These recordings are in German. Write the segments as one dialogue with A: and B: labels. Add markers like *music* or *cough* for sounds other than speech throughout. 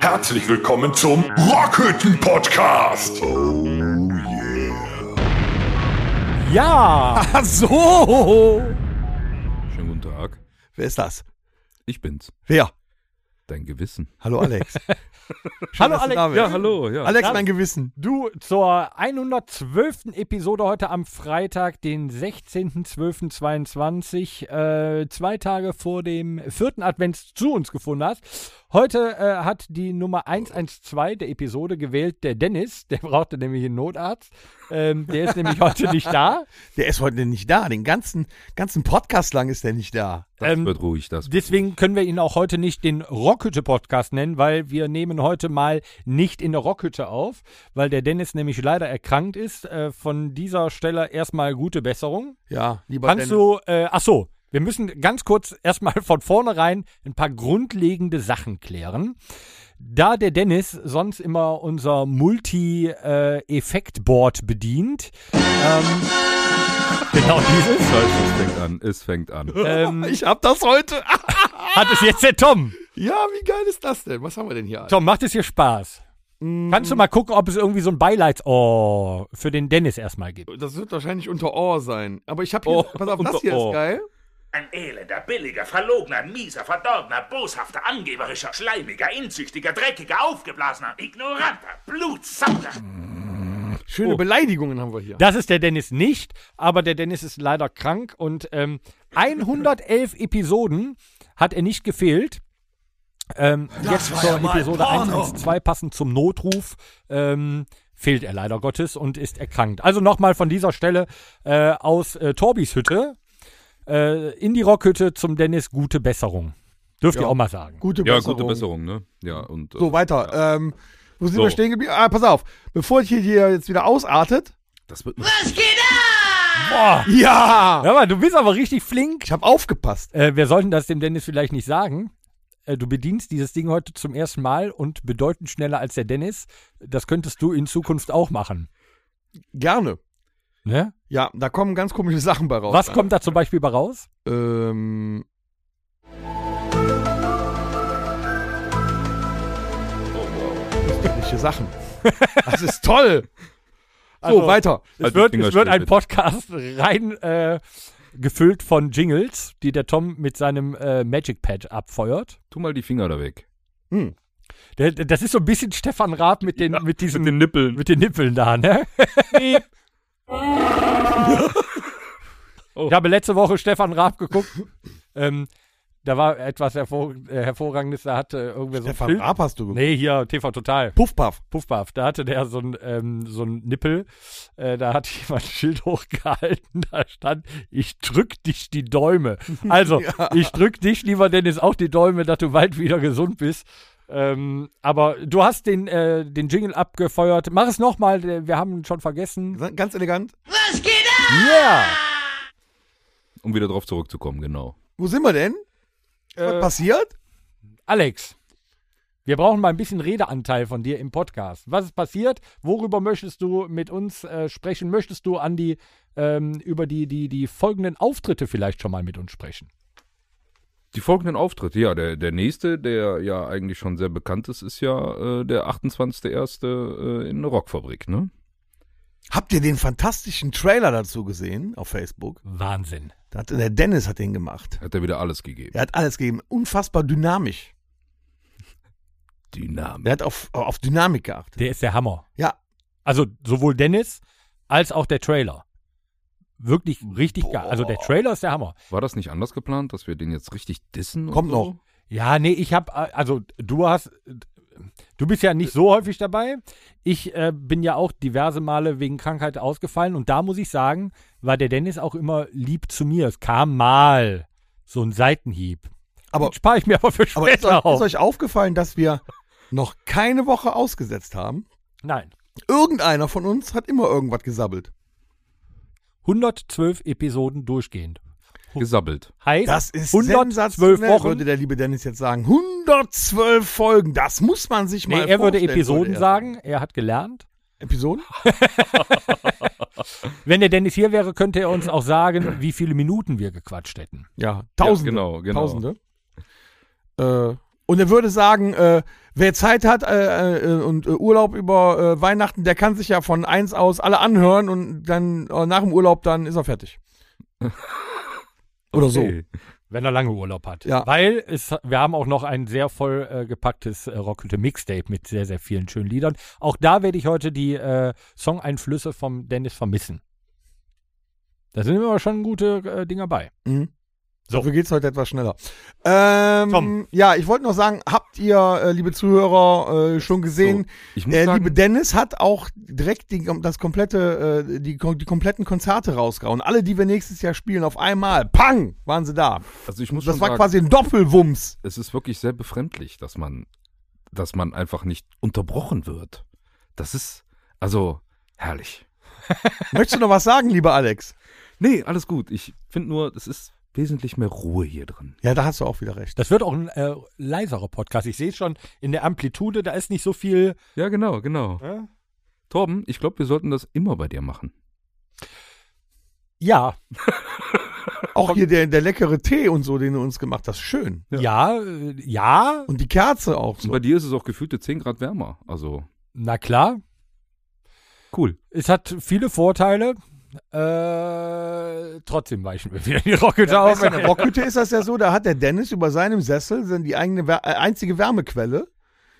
A: Herzlich willkommen zum Rockhütten Podcast. Oh yeah.
B: *laughs*
C: Ja!
B: Ach so!
D: Schönen guten Tag.
B: Wer ist das?
D: Ich bin's,
B: Wer?
D: dein Gewissen.
B: Hallo
E: *laughs*
B: Alex.
C: Hallo,
B: dass du
C: Alex.
B: da bist.
C: Ja,
D: hallo, ja.
B: Alex,
C: Ja.
B: mein Gewissen.
C: Du zur 112. Episode heute am Freitag, den 16.12.22, äh, zwei Tage vor dem vierten Advent zu uns gefunden hast. Heute äh, hat die Nummer 112 der Episode gewählt der Dennis, der *laughs* brauchte nämlich einen Notarzt. Ähm, der ist nämlich heute nicht da.
B: Der ist heute nicht da. Den ganzen, ganzen Podcast lang ist der nicht da.
D: Das
C: Ähm,
D: wird ruhig, das.
C: Deswegen können wir ihn auch heute nicht den Rockhütte-Podcast nennen, weil wir nehmen heute mal nicht in der Rockhütte auf, weil der Dennis nämlich leider erkrankt ist. Äh, von dieser Stelle erstmal gute Besserung.
B: Ja, lieber
C: Kannst
B: Dennis.
C: du, äh, ach so, wir müssen ganz kurz erstmal von vornherein ein paar grundlegende Sachen klären. Da der Dennis sonst immer unser Multi-Effekt-Board bedient, ähm, *laughs* genau dieses,
D: es fängt an, es fängt an.
C: ähm,
B: *laughs* Ich hab das heute. Ah,
C: hat es jetzt der Tom.
B: ja, wie geil ist das denn? Was haben wir denn hier?
C: Tom, macht es dir Spaß? Kannst du mal gucken, ob es irgendwie so ein Beileid oh, für den Dennis erstmal gibt?
E: Das wird wahrscheinlich unter Ohr sein. Aber ich
B: Oh.
E: habe hier, pass auf, das
D: unter
E: hier
D: Ohr.
E: ist geil.
F: Ein elender, billiger, verlogener, mieser, verdorbener, boshafter, angeberischer, schleimiger, inzüchtiger, dreckiger, aufgeblasener, ignoranter, blutsauger.
B: Oh.
E: Schöne Beleidigungen haben wir hier.
C: Das ist der Dennis nicht, aber der Dennis ist leider krank und ähm, 111 Episoden hat er nicht gefehlt. Ähm, jetzt zur Episode 112 passend zum Notruf ähm, fehlt er leider Gottes und ist erkrankt. Also nochmal von dieser Stelle äh, aus äh, Torbis Hütte äh, in die Rockhütte zum Dennis gute Besserung. Dürft ihr auch mal sagen.
B: Gute
D: Ja,
B: Besserung.
D: gute Besserung, ne? Ja, und. äh,
B: So, weiter. Ähm, wo sind
D: So.
B: wir stehen geblieben? Ah, pass auf. Bevor ich hier- hier jetzt wieder ausartet.
D: Das wird
C: Boah,
B: Ja!
C: *laughs* ja, Mann, du bist aber richtig flink.
B: Ich hab aufgepasst.
C: Äh, wir sollten das dem Dennis vielleicht nicht sagen. Äh, du bedienst dieses Ding heute zum ersten Mal und bedeutend schneller als der Dennis. Das könntest du in Zukunft auch machen.
B: Gerne.
C: Ne?
B: Ja, da kommen ganz komische *laughs* Sachen bei raus.
C: Was kommt da zum Beispiel bei raus?
B: Ähm,
C: *laughs*
B: Welche Sachen? Das ist toll. So,
C: Also-
B: weiter.
C: Es,
D: Also
C: wird,
D: Finger
C: es wird
D: still,
C: ein
D: bitte.
C: Podcast rein äh, gefüllt von Jingles, die der Tom mit seinem äh, Magic Pad abfeuert.
D: tu mal die Finger da weg.
C: Der, der- das ist so ein bisschen Stefan Raab mit den, mit diesen, mit den,
D: Nippeln.
C: Nippeln da, ne?
D: Oh.
C: Ich habe letzte Woche Stefan Raab geguckt. ähm, da war etwas hervor, äh, Hervorragendes, da hatte irgendwer so
B: Stefan
C: Film-
B: Raab hast du
C: Nee, hier, TV Total.
B: Puffpuff.
C: Puffpuff, da hatte der so ein, ähm, so ein Nippel, äh, da hat *laughs* jemand ein Schild hochgehalten, da stand, ich drück dich die Däume. Also, ich drück dich, lieber Dennis, auch die Däume, dass du bald wieder gesund bist. Ähm, aber du hast den, äh, den Jingle abgefeuert. Mach es nochmal, wir haben ihn schon vergessen.
B: Ganz elegant.
C: Yeah!
D: Um wieder drauf zurückzukommen, genau.
B: Wo sind wir denn? Ist
C: Äh,
B: Was passiert?
C: Alex, wir brauchen mal ein bisschen Redeanteil von dir im Podcast. Was ist passiert? Worüber möchtest du mit uns äh, sprechen? Möchtest du an die ähm, über die, die, die folgenden Auftritte vielleicht schon mal mit uns sprechen?
D: Die folgenden Auftritte, ja, der, der nächste, der ja eigentlich schon sehr bekannt ist, ist ja äh, der 28.01. Äh, in der Rockfabrik, ne?
B: Habt ihr den fantastischen Trailer dazu gesehen auf Facebook?
C: Wahnsinn.
B: Da hat, der Dennis hat den gemacht.
D: Hat er wieder alles gegeben.
B: Er hat alles gegeben. Unfassbar dynamisch.
D: Dynamik.
B: Er hat auf, auf Dynamik geachtet.
C: Der ist der Hammer.
B: Ja.
C: Also sowohl Dennis als auch der Trailer. Wirklich richtig geil. Also der Trailer ist der Hammer.
D: War das nicht anders geplant, dass wir den jetzt richtig dissen? und
B: Kommt
D: so?
B: noch.
C: Ja, nee, ich hab, äh, also du hast, äh, du bist ja nicht so häufig dabei. Ich äh, bin ja auch diverse Male wegen Krankheit ausgefallen und da muss ich sagen, war der Dennis auch immer lieb zu mir. Es kam mal so ein Seitenhieb.
B: Aber
C: Den spare ich mir aber für
B: Aber ist
C: später
B: euch,
C: auf.
B: ist euch aufgefallen, dass wir noch keine Woche ausgesetzt haben?
C: Nein,
B: Irgendeiner von uns hat immer irgendwas gesabbelt.
C: 112 Episoden durchgehend.
D: Gesabbelt.
C: Heißt,
B: Das ist
C: 112
B: sensationell,
C: Wochen.
B: würde der liebe Dennis jetzt sagen. 112 Folgen, das muss man sich
C: Nee,
B: mal
C: er würde
B: vorstellen,
C: Episoden
B: er
C: sagen, er hat gelernt.
E: Episoden?
C: Wenn der Dennis hier wäre, könnte er uns auch sagen, wie viele Minuten wir gequatscht hätten.
E: Ja, Tausende.
D: genau, genau.
E: Tausende.
B: Äh, und er würde sagen, äh, wer Zeit hat äh, äh, und äh, Urlaub über äh, Weihnachten, der kann sich ja von eins aus alle anhören und dann äh, nach dem Urlaub, dann ist er
D: *laughs*
B: fertig. Oder so.
D: Okay.
C: Wenn er lange Urlaub hat.
B: Ja.
C: Weil es, wir haben auch noch ein sehr voll äh, gepacktes äh, Rockhütte Mixtape mit sehr, sehr vielen schönen Liedern. Auch da werde ich heute die äh, Songeinflüsse vom Dennis vermissen. Da sind immer schon gute äh, Dinger bei.
B: So. Dafür geht's heute etwas schneller. Ähm,
C: Tom.
B: Ja, ich wollte noch sagen, habt ihr, äh, liebe Zuhörer, äh, schon gesehen,
D: Ich muss
B: der
D: sagen,
B: äh, liebe Dennis hat auch direkt die, das komplette, äh, die, die kompletten Konzerte rausgehauen. Alle, die wir nächstes Jahr spielen, auf einmal, pang, waren sie da.
D: also ich muss
B: Das
D: schon
B: war
D: sagen,
B: quasi ein Doppelwumms.
D: es ist wirklich sehr befremdlich, dass man, dass man einfach nicht unterbrochen wird. Das ist, also, herrlich.
B: Möchtest du noch was sagen, lieber Alex?
D: Nee, alles gut. Ich finde nur, es ist wesentlich mehr Ruhe hier drin.
B: Ja, da hast du auch wieder recht.
C: Das wird auch ein äh, leiserer Podcast. Ich sehe schon in der Amplitude, da ist nicht so viel.
D: Ja, genau, genau. Torben, ich glaube, wir sollten das immer bei dir machen.
C: Ja,
B: Auch hier der, der leckere Tee und so, den du uns gemacht hast. Schön.
C: ja, ja, äh, ja
B: Und die Kerze auch
D: Und
B: so.
D: bei dir ist es auch gefühlte 10 Grad wärmer. Also,
C: na klar.
D: cool.
C: Es hat viele Vorteile. Äh, trotzdem weichen wir wieder die Rockhütte auf.
B: Bei der Rockhütte ist das ja so, da hat der Dennis über seinem Sessel dann die eigene, Wär- äh, einzige Wärmequelle,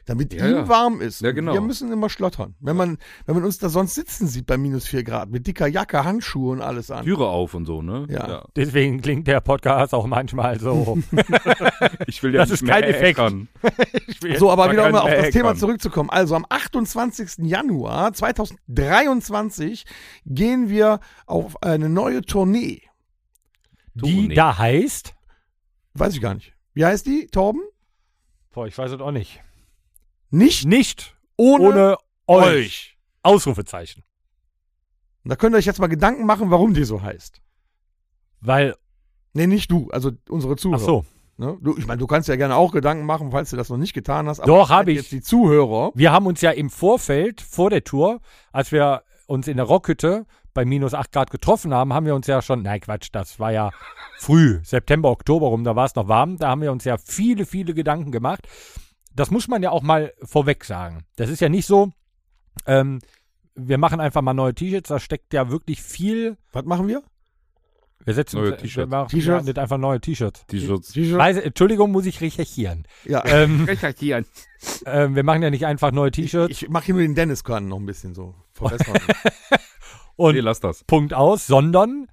B: damit
D: Ja,
B: ihm
D: ja.
B: warm ist.
D: Ja,
B: Und
D: genau.
B: Wir müssen immer schlottern. Wenn man, wenn man uns da sonst sitzen sieht bei minus 4 Grad, mit dicker Jacke, Handschuhe und alles an.
D: Türe auf und so, ne?
B: Ja.
C: Deswegen klingt der Podcast auch manchmal so. *laughs*
D: Ich will ja
C: Das
D: nicht
C: ist kein
D: mehr
C: Effekt.
D: äckern.
B: So, aber
D: Man
B: wieder
D: kann
B: mal auf das
D: meckern.
B: Thema zurückzukommen. Also am 28. Januar 2023 gehen wir auf eine neue Tournee.
C: die
D: Tournee.
C: da heißt.
B: Weiß ich gar nicht. Wie heißt die, Torben?
C: Boah, ich weiß es auch nicht.
B: Nicht
C: Nicht
B: ohne,
C: ohne, euch.
B: euch.
C: Ausrufezeichen.
B: Und Da könnt ihr euch jetzt mal Gedanken machen, warum die so heißt.
C: Weil,
B: Nee, nicht du, also unsere Zuhörer.
C: ach so,
B: Ne? Du, ich meine, du kannst ja gerne auch Gedanken machen, falls du das noch nicht getan hast.
C: Doch, hab ich.
B: Jetzt die Zuhörer.
C: wir haben uns ja im Vorfeld, vor der Tour, als wir uns in der Rockhütte bei minus 8 Grad getroffen haben, haben wir uns ja schon, nein Quatsch, das war ja früh, September, Oktober rum, da war es noch warm, da haben wir uns ja viele, viele Gedanken gemacht. Das muss man ja auch mal vorweg sagen. Das ist ja nicht so, ähm, wir machen einfach mal neue T-Shirts, da steckt ja wirklich viel.
B: Was machen wir?
C: Wir setzen
D: Neue
C: uns, äh, wir
D: T-Shirts.
C: machen
B: T-Shirts?
C: ja, nicht einfach neue T-Shirts.
D: Die Schutz.
B: T-Shirt?
C: Weiß, Entschuldigung, muss ich recherchieren.
B: Ja, äh,
C: Ähm, ähm, wir machen ja nicht einfach neue T-Shirts
B: ich mache hier nur den Dennis kann noch ein bisschen so
C: *laughs*
B: verbessern.
D: Nee,
C: und
D: lass das.
C: Punkt aus, sondern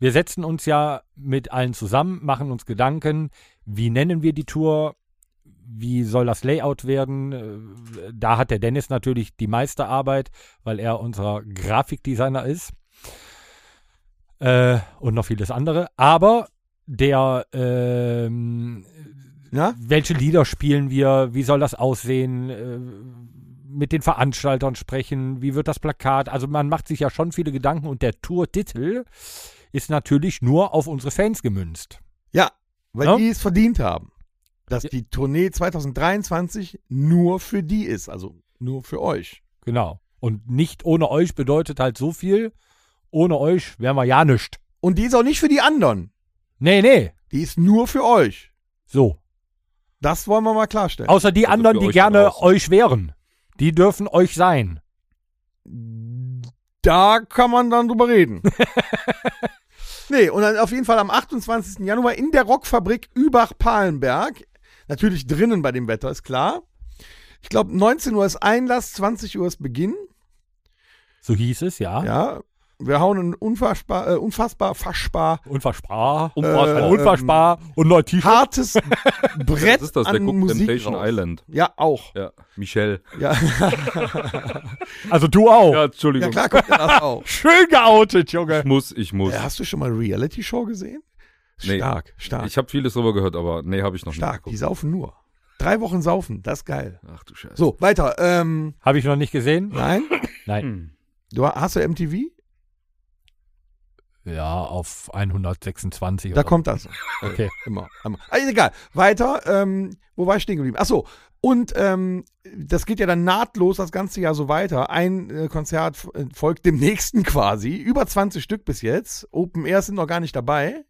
C: wir setzen uns ja mit allen zusammen, machen uns Gedanken, wie nennen wir die Tour, wie soll das Layout werden. Äh, Da hat der Dennis natürlich die meiste Arbeit, weil er unser Grafikdesigner ist äh, und noch vieles andere. Aber der ähm,
B: Na?
C: welche Lieder spielen wir, wie soll das aussehen, äh, mit den Veranstaltern sprechen, wie wird das Plakat. Also man macht sich ja schon viele Gedanken und der Tourtitel ist natürlich nur auf unsere Fans gemünzt.
B: Ja, weil
C: Ja.
B: die es verdient haben. Dass
C: Ja.
B: die Tournee 2023 nur für die ist, also nur für euch.
C: Genau. Und nicht ohne euch bedeutet halt so viel, ohne euch wären wir ja nischt.
B: Und die ist auch nicht für die anderen.
C: Nee, nee.
B: Die ist nur für euch.
C: So.
B: Das wollen wir mal klarstellen.
C: Außer die
D: Also
C: anderen,
D: für
C: die
D: euch
C: gerne
D: da draußen.
C: euch wären. Die dürfen euch sein.
B: Da kann man dann drüber reden. *laughs* nee, und dann auf jeden Fall am 28. Januar in der Rockfabrik Übach-Palenberg. Natürlich drinnen bei dem Wetter, ist klar. Ich glaube, 19 Uhr ist Einlass, 20 Uhr ist Beginn.
C: So hieß es, ja.
B: Ja, wir hauen ein unfassbar, äh, unfassbar, fassbar
C: Unfassbar.
B: Äh,
C: unfassbar.
D: Ähm,
C: und neue T-Shirts.
B: *laughs* hartes Brett
D: Das ist das,
B: an
D: der guckt
B: Musik
D: Temptation
B: raus.
D: Island.
B: Ja, auch.
D: Ja, Michelle.
B: Ja, *laughs*
C: Also du auch.
D: Ja,
B: ja
D: Entschuldigung.
B: *laughs* klar, guckt er das auch.
C: Schön geoutet, Junge.
D: ich muss, ich muss.
B: Äh, hast du schon mal Reality-Show gesehen?
D: Nee.
B: Stark, stark.
D: Ich habe vieles drüber gehört, aber nee, habe ich noch
B: Stark, die
D: nicht.
B: saufen nur. Drei Wochen saufen, das ist geil.
D: Stark. Ach du Scheiße.
B: So, weiter. Ähm,
C: Habe Hm. ich noch nicht gesehen.
B: nein?
C: Nein.
B: Du hast du MTV?
C: Ja, auf 126.
B: Da
C: oder
B: kommt das.
C: Okay.
B: Immer. immer. Also egal. Weiter. Ähm, wo war ich stehen geblieben? Ach so. Und ähm, das geht ja dann nahtlos das ganze Jahr so weiter. Ein äh, Konzert f- äh, folgt dem nächsten quasi. Über 20 Stück bis jetzt. Open Airs sind noch gar nicht dabei.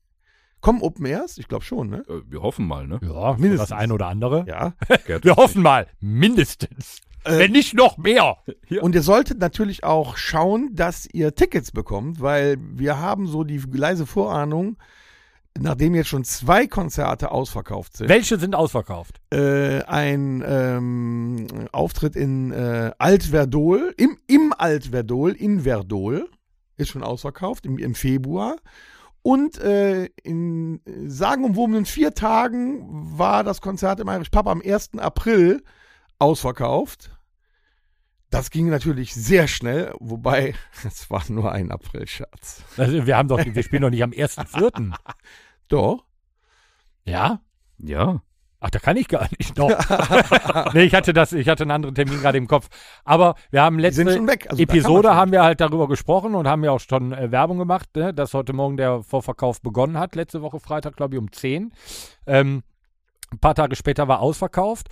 B: Kommen Open Airs? Ich glaube schon, ne?
D: Äh, Wir hoffen mal, ne?
C: Ja, mindestens.
B: Mindestens.
C: das eine oder andere.
B: *laughs* Ja. Äh.
D: Gerd,
C: Wir hoffen mal, mindestens. Wenn nicht noch mehr.
B: Und ihr solltet natürlich auch schauen, dass ihr Tickets bekommt, weil wir haben so die leise Vorahnung, nachdem jetzt schon zwei Konzerte ausverkauft sind.
C: Welche sind ausverkauft?
B: äh, ein ähm, Auftritt in äh, Altverdol, im, im Altverdol, in Verdol, ist schon ausverkauft im, im Februar. Und äh, in äh, sagenumwobenen vier Tagen war das Konzert im Irish Pub am 1. April ausverkauft. Das ging natürlich sehr schnell, wobei *laughs* es war nur ein April-Scherz.
C: Also wir haben doch, wir spielen doch nicht am 1.4.
B: Doch.
C: Ja?
D: Ja.
C: Ach, da kann ich gar nicht noch.
B: *laughs*
C: nee, ich hatte das, ich hatte einen anderen Termin gerade im Kopf. Aber wir haben
B: Die
C: letzte
B: sind schon weg. Also da kann man
C: Episode
B: schon-
C: haben wir halt darüber gesprochen und haben ja auch schon äh, Werbung gemacht, ne, dass heute Morgen der Vorverkauf begonnen hat. Letzte Woche Freitag, glaube ich, um 10. Ähm, ein paar Tage später war ausverkauft.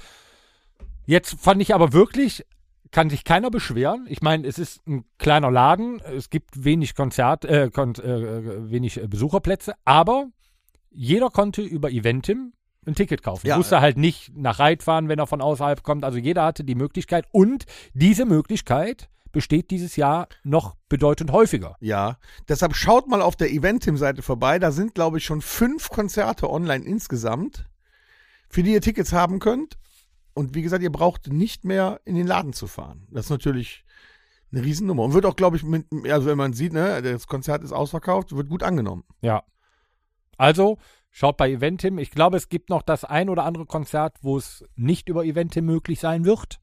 C: Jetzt fand ich aber wirklich, kann sich keiner beschweren. Ich meine, es ist ein kleiner Laden, es gibt wenig Konzert, äh, Kon äh, wenig äh, Besucherplätze, aber jeder konnte über Eventim ein Ticket kaufen.
B: Ja.
C: Musste halt nicht nach Reit fahren, wenn er von außerhalb kommt. Also jeder hatte die Möglichkeit und diese Möglichkeit besteht dieses Jahr noch bedeutend häufiger.
B: Ja, deshalb schaut mal auf der Eventim-Seite vorbei. Da sind, glaube ich, schon fünf Konzerte online insgesamt, für die ihr Tickets haben könnt. Und wie gesagt, ihr braucht nicht mehr in den Laden zu fahren. Das ist natürlich eine Riesennummer. Und wird auch, glaube ich, mit, also wenn man sieht, ne, das Konzert ist ausverkauft, wird gut angenommen.
C: Ja. Also schaut bei Eventim. Ich glaube, es gibt noch das ein oder andere Konzert, wo es nicht über Eventim möglich sein wird.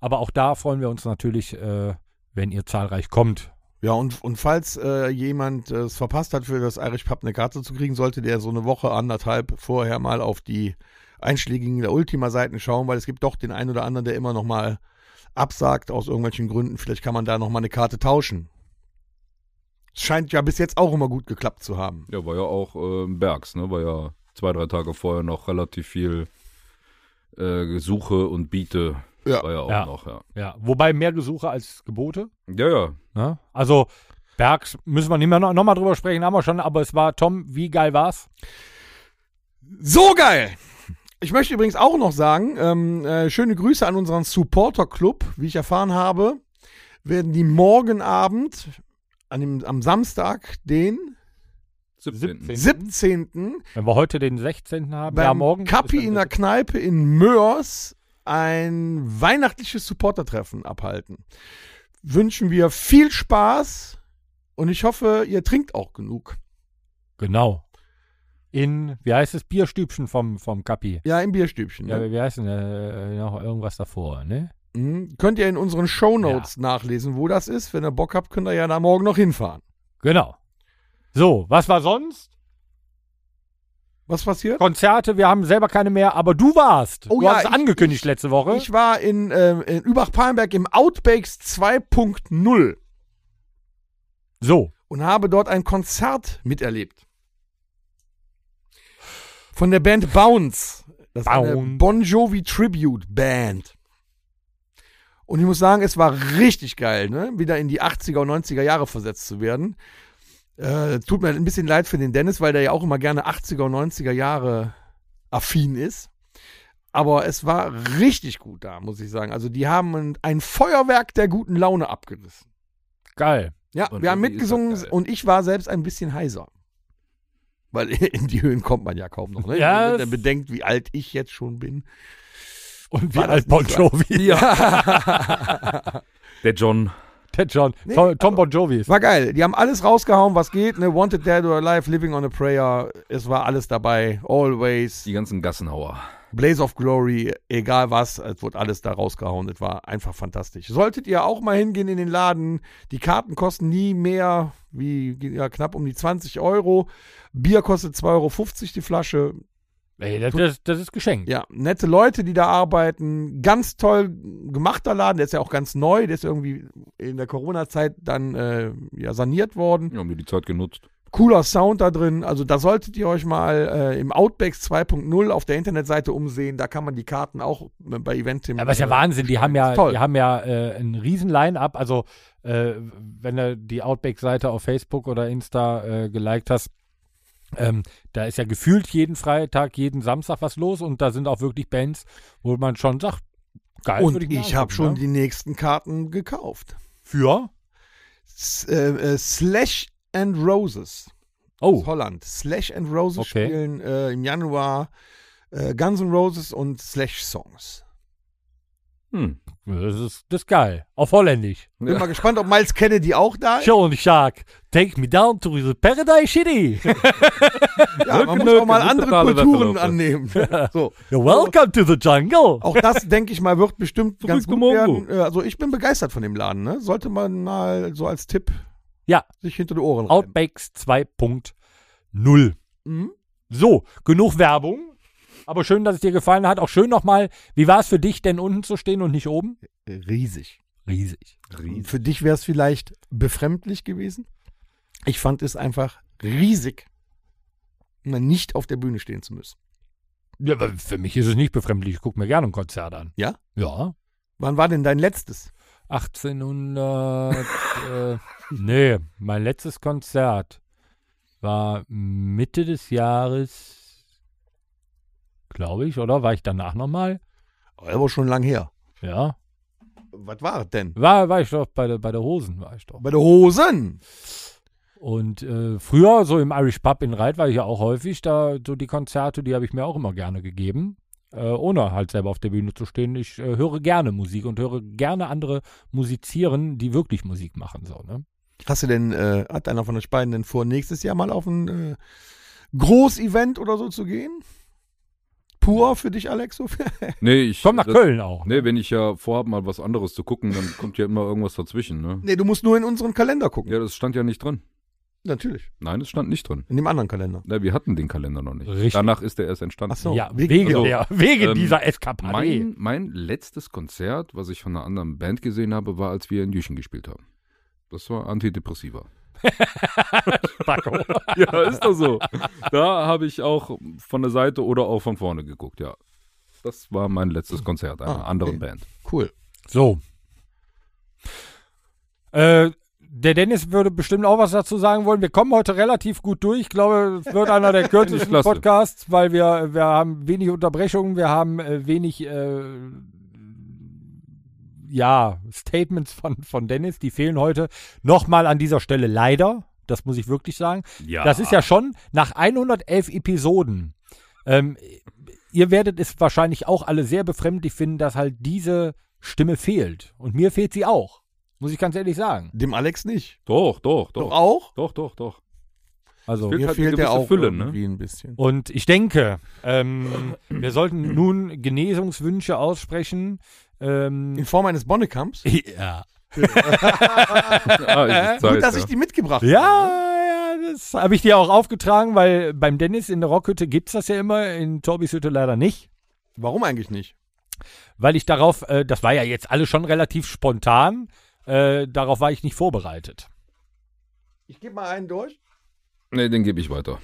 C: Aber auch da freuen wir uns natürlich, äh, wenn ihr zahlreich kommt.
B: Ja, und, und falls äh, jemand äh, es verpasst hat, für das Irish Pub eine Karte zu kriegen, sollte der so eine Woche, anderthalb vorher mal auf die einschlägigen der Ultima-Seiten schauen, weil es gibt doch den einen oder anderen, der immer noch mal absagt aus irgendwelchen Gründen. Vielleicht kann man da noch mal eine Karte tauschen. Es scheint ja bis jetzt auch immer gut geklappt zu haben.
D: Ja, war ja auch äh, Bergs, ne? War ja zwei, drei Tage vorher noch relativ viel äh, Suche und Biete.
B: Ja.
D: War ja auch
C: Ja.
D: noch, ja.
C: Ja. Wobei mehr Gesuche als Gebote.
D: Ja, ja.
C: Ne? Also Bergs müssen wir nicht mehr no- noch mal drüber sprechen, haben wir schon. Aber es war, Tom, wie geil war's?
B: So geil! Ich möchte übrigens auch noch sagen, ähm, äh, schöne Grüße an unseren Supporter-Club. Wie ich erfahren habe, werden die morgen Abend, an dem, am Samstag, den
D: 17.
C: 17.
B: 17.
C: Wenn wir heute den 16. haben,
B: beim
C: ja, morgen.
B: Kappi
C: ist dann-
B: in der Kneipe in Mörs ein weihnachtliches Supportertreffen abhalten. Wünschen wir viel Spaß und ich hoffe, ihr trinkt auch genug.
C: Genau. In, wie heißt das Bierstübchen vom, vom Kappi?
B: Ja, im Bierstübchen.
C: Ja,
B: Ne?
C: wie heißt denn äh, noch irgendwas davor, ne?
B: Mhm. Könnt ihr in unseren Shownotes nachlesen, wo das ist. Wenn ihr Bock habt, könnt ihr ja da morgen noch hinfahren.
C: Genau. So, was war sonst?
B: Was passiert?
C: Konzerte, wir haben selber keine mehr, aber du warst.
B: Oh
C: du
B: ja,
C: hast es
B: ich-
C: angekündigt letzte Woche.
B: Ich war in, äh, in Übach-Palmberg im Outbakes 2.0
C: so,
B: und habe dort ein Konzert miterlebt. Von der Band Bounce. Das ist eine
C: Bounce.
B: Bon Jovi Tribute Band. Und ich muss sagen, es war richtig geil, ne? wieder in die 80er und 90er Jahre versetzt zu werden. Äh, tut mir ein bisschen leid für den Dennis, weil der ja auch immer gerne 80er und 90er Jahre affin ist. Aber es war richtig gut da, muss ich sagen. Also die haben ein, ein Feuerwerk der guten Laune abgerissen.
C: geil.
B: Ja,
D: Und
B: wir haben
D: irgendwie ist das
B: mitgesungen
D: geil.
B: und ich war selbst ein bisschen heiser. Weil *laughs* in die Höhen kommt man ja kaum noch. Ne?
C: Ja,
B: Wenn man bedenkt, wie alt ich jetzt schon bin.
C: Und wie
B: War das
C: alt Bon
B: nicht so?
C: Jovi?
D: Der John.
C: *laughs* Der John.
B: Nee,
C: Tom, Tom Bon Jovi ist.
B: War geil. Die haben alles rausgehauen, was geht. Ne? Wanted Dead or Alive, Living on a Prayer. Es war alles dabei. Always.
D: Die ganzen Gassenhauer.
B: Blaze of Glory. Egal was. Es wurde alles da rausgehauen. Es war einfach fantastisch. Solltet ihr auch mal hingehen in den Laden. Die Karten kosten nie mehr wie ja, knapp um die 20 Euro. Bier kostet 2,50 Euro die Flasche.
C: Ey, das, das, das ist geschenkt.
B: Ja, nette Leute, die da arbeiten. Ganz toll gemachter Laden. Der ist ja auch ganz neu. Der ist irgendwie in der Corona-Zeit dann äh, ja, saniert worden.
D: Ja, haben die die Zeit genutzt.
B: Cooler Sound da drin. Also da solltet ihr euch mal äh, im Outbacks 2.0 auf der Internetseite umsehen. Da kann man die Karten auch äh, bei Event-Themen.
C: Aber ist ja Wahnsinn, die haben ja,
B: Toll.
C: die haben ja äh, einen riesen Line-Up. Also äh, wenn du die Outback-Seite auf Facebook oder Insta äh, geliked hast, ähm, da ist ja gefühlt jeden Freitag, jeden Samstag was los und da sind auch wirklich Bands, wo man schon sagt, geil.
B: Und
C: würde mir
B: ich habe
C: angucken,
B: schon
C: ne?
B: die nächsten Karten gekauft.
C: für.
B: S äh, äh, Slash and Roses aus
C: Oh,
B: Holland. Slash and Roses
C: Okay.
B: spielen äh, im Januar äh, Guns N' Roses und Slash Songs.
D: Hm.
C: das ist, das ist geil. Auf Holländisch.
B: Bin mal gespannt, ob Miles Kennedy auch da ist.
C: Sean Shark, take me down to the Paradise
B: *laughs*
C: City.
B: Ja, man muss
D: Nöken,
B: auch mal
D: sind
B: andere
D: totale
B: Kulturen
D: Wetterlaufe.
B: annehmen. So.
C: You're welcome to the jungle.
B: Auch das, denke ich mal, wird bestimmt ganz
D: zu
B: gut
D: Mongo.
B: werden. Äh, Also ich bin begeistert von dem Laden. Ne? Sollte man mal so als Tipp
C: Ja.
B: sich hinter die Ohren reiben.
C: Outbacks 2.0. So, genug Werbung. Aber schön, dass es dir gefallen hat. Auch schön nochmal, wie war es für dich denn unten zu stehen und nicht oben?
B: Riesig.
C: Riesig.
D: Riesig.
B: Für dich wäre es vielleicht befremdlich gewesen. Ich fand es einfach riesig, mal nicht auf der Bühne stehen zu müssen.
C: Ja, aber für mich ist es nicht befremdlich. Ich gucke mir gerne ein Konzert an.
B: Ja?
C: Ja.
B: Wann war denn dein letztes?
C: 1800. äh, nee, mein letztes Konzert war Mitte des Jahres, glaube ich, oder? War ich danach nochmal?
B: Oh, Aber schon lang her.
C: Ja.
B: Was war es denn?
C: War, war ich doch bei, der- bei der Hosen, war ich doch.
B: Bei den Hosen.
C: Und äh, früher, so im Irish Pub in Reit, war ich ja auch häufig, da so die Konzerte, die habe ich mir auch immer gerne gegeben. Äh, ohne halt selber auf der Bühne zu stehen. Ich äh, höre gerne Musik und höre gerne andere musizieren, die wirklich Musik machen. So, ne?
B: Hast du denn, äh, hat einer von den beiden denn vor, nächstes Jahr mal auf ein äh, Großevent oder so zu gehen? Pur für dich, Alex?
D: Nee, ich
C: Komm nach
D: das-
C: Köln auch.
D: Nee, wenn ich ja vorhab, mal was anderes zu gucken, dann kommt ja immer irgendwas dazwischen, ne?
B: nee, du musst nur in unseren Kalender gucken.
D: Ja, das stand ja nicht drin.
B: Natürlich.
D: Nein, es stand nicht drin.
B: In dem anderen Kalender.
D: Ne, wir hatten den Kalender noch nicht.
C: Richtig.
D: Danach ist der erst entstanden.
B: Ach so.
C: ja,
B: wegen-
C: wegen,
D: also,
C: der, wegen
D: ähm,
C: dieser Eskapade.
D: Mein, mein letztes Konzert, was ich von einer anderen Band gesehen habe, war, als wir in Jüchen gespielt haben. Das war Antidepressiva.
C: *laughs* Paco.
D: Ja, ist doch so. Da habe ich auch von der Seite oder auch von vorne geguckt, ja. Das war mein letztes Konzert einer
B: Ah,
D: anderen
B: okay.
D: Band.
B: Cool.
C: So. Äh, der Dennis würde bestimmt auch was dazu sagen wollen. Wir kommen heute relativ gut durch. Ich glaube, es wird einer der kürzesten
D: Klasse.
C: Podcasts, weil wir, wir haben wenig Unterbrechungen, wir haben äh, wenig äh, ja, Statements von, von Dennis, die fehlen heute. Nochmal an dieser Stelle leider, das muss ich wirklich sagen.
D: Ja.
C: Das ist ja schon nach 111 Episoden. Ähm, ihr werdet es wahrscheinlich auch alle sehr befremdlich finden, dass halt diese Stimme fehlt. Und mir fehlt sie auch. Muss ich ganz ehrlich sagen.
B: Dem Alex nicht.
D: Doch, doch,
B: Doch
D: doch.
B: auch?
D: Doch, doch, doch.
C: Also,
D: Fehlt
B: Mir
D: halt eine
B: fehlt der
D: gewisse
B: auch
D: Fülle, ne?
B: irgendwie ein bisschen.
C: und ich denke, ähm, wir sollten nun Genesungswünsche aussprechen. Ähm,
B: In Form eines Bonnekamps.
C: ja.
D: Ah, es ist
B: *laughs*
D: Zeit,
B: Gut, dass
D: ja.
B: ich die mitgebracht habe.
C: Ja, ja, das habe ich dir auch aufgetragen, weil beim Dennis in der Rockhütte gibt's das ja immer, in Torbys Hütte leider nicht.
B: Warum eigentlich nicht?
C: weil ich darauf, äh, das war ja jetzt alles schon relativ spontan, äh, darauf war ich nicht vorbereitet.
B: Ich gebe mal einen durch.
D: Nee, den gebe ich weiter.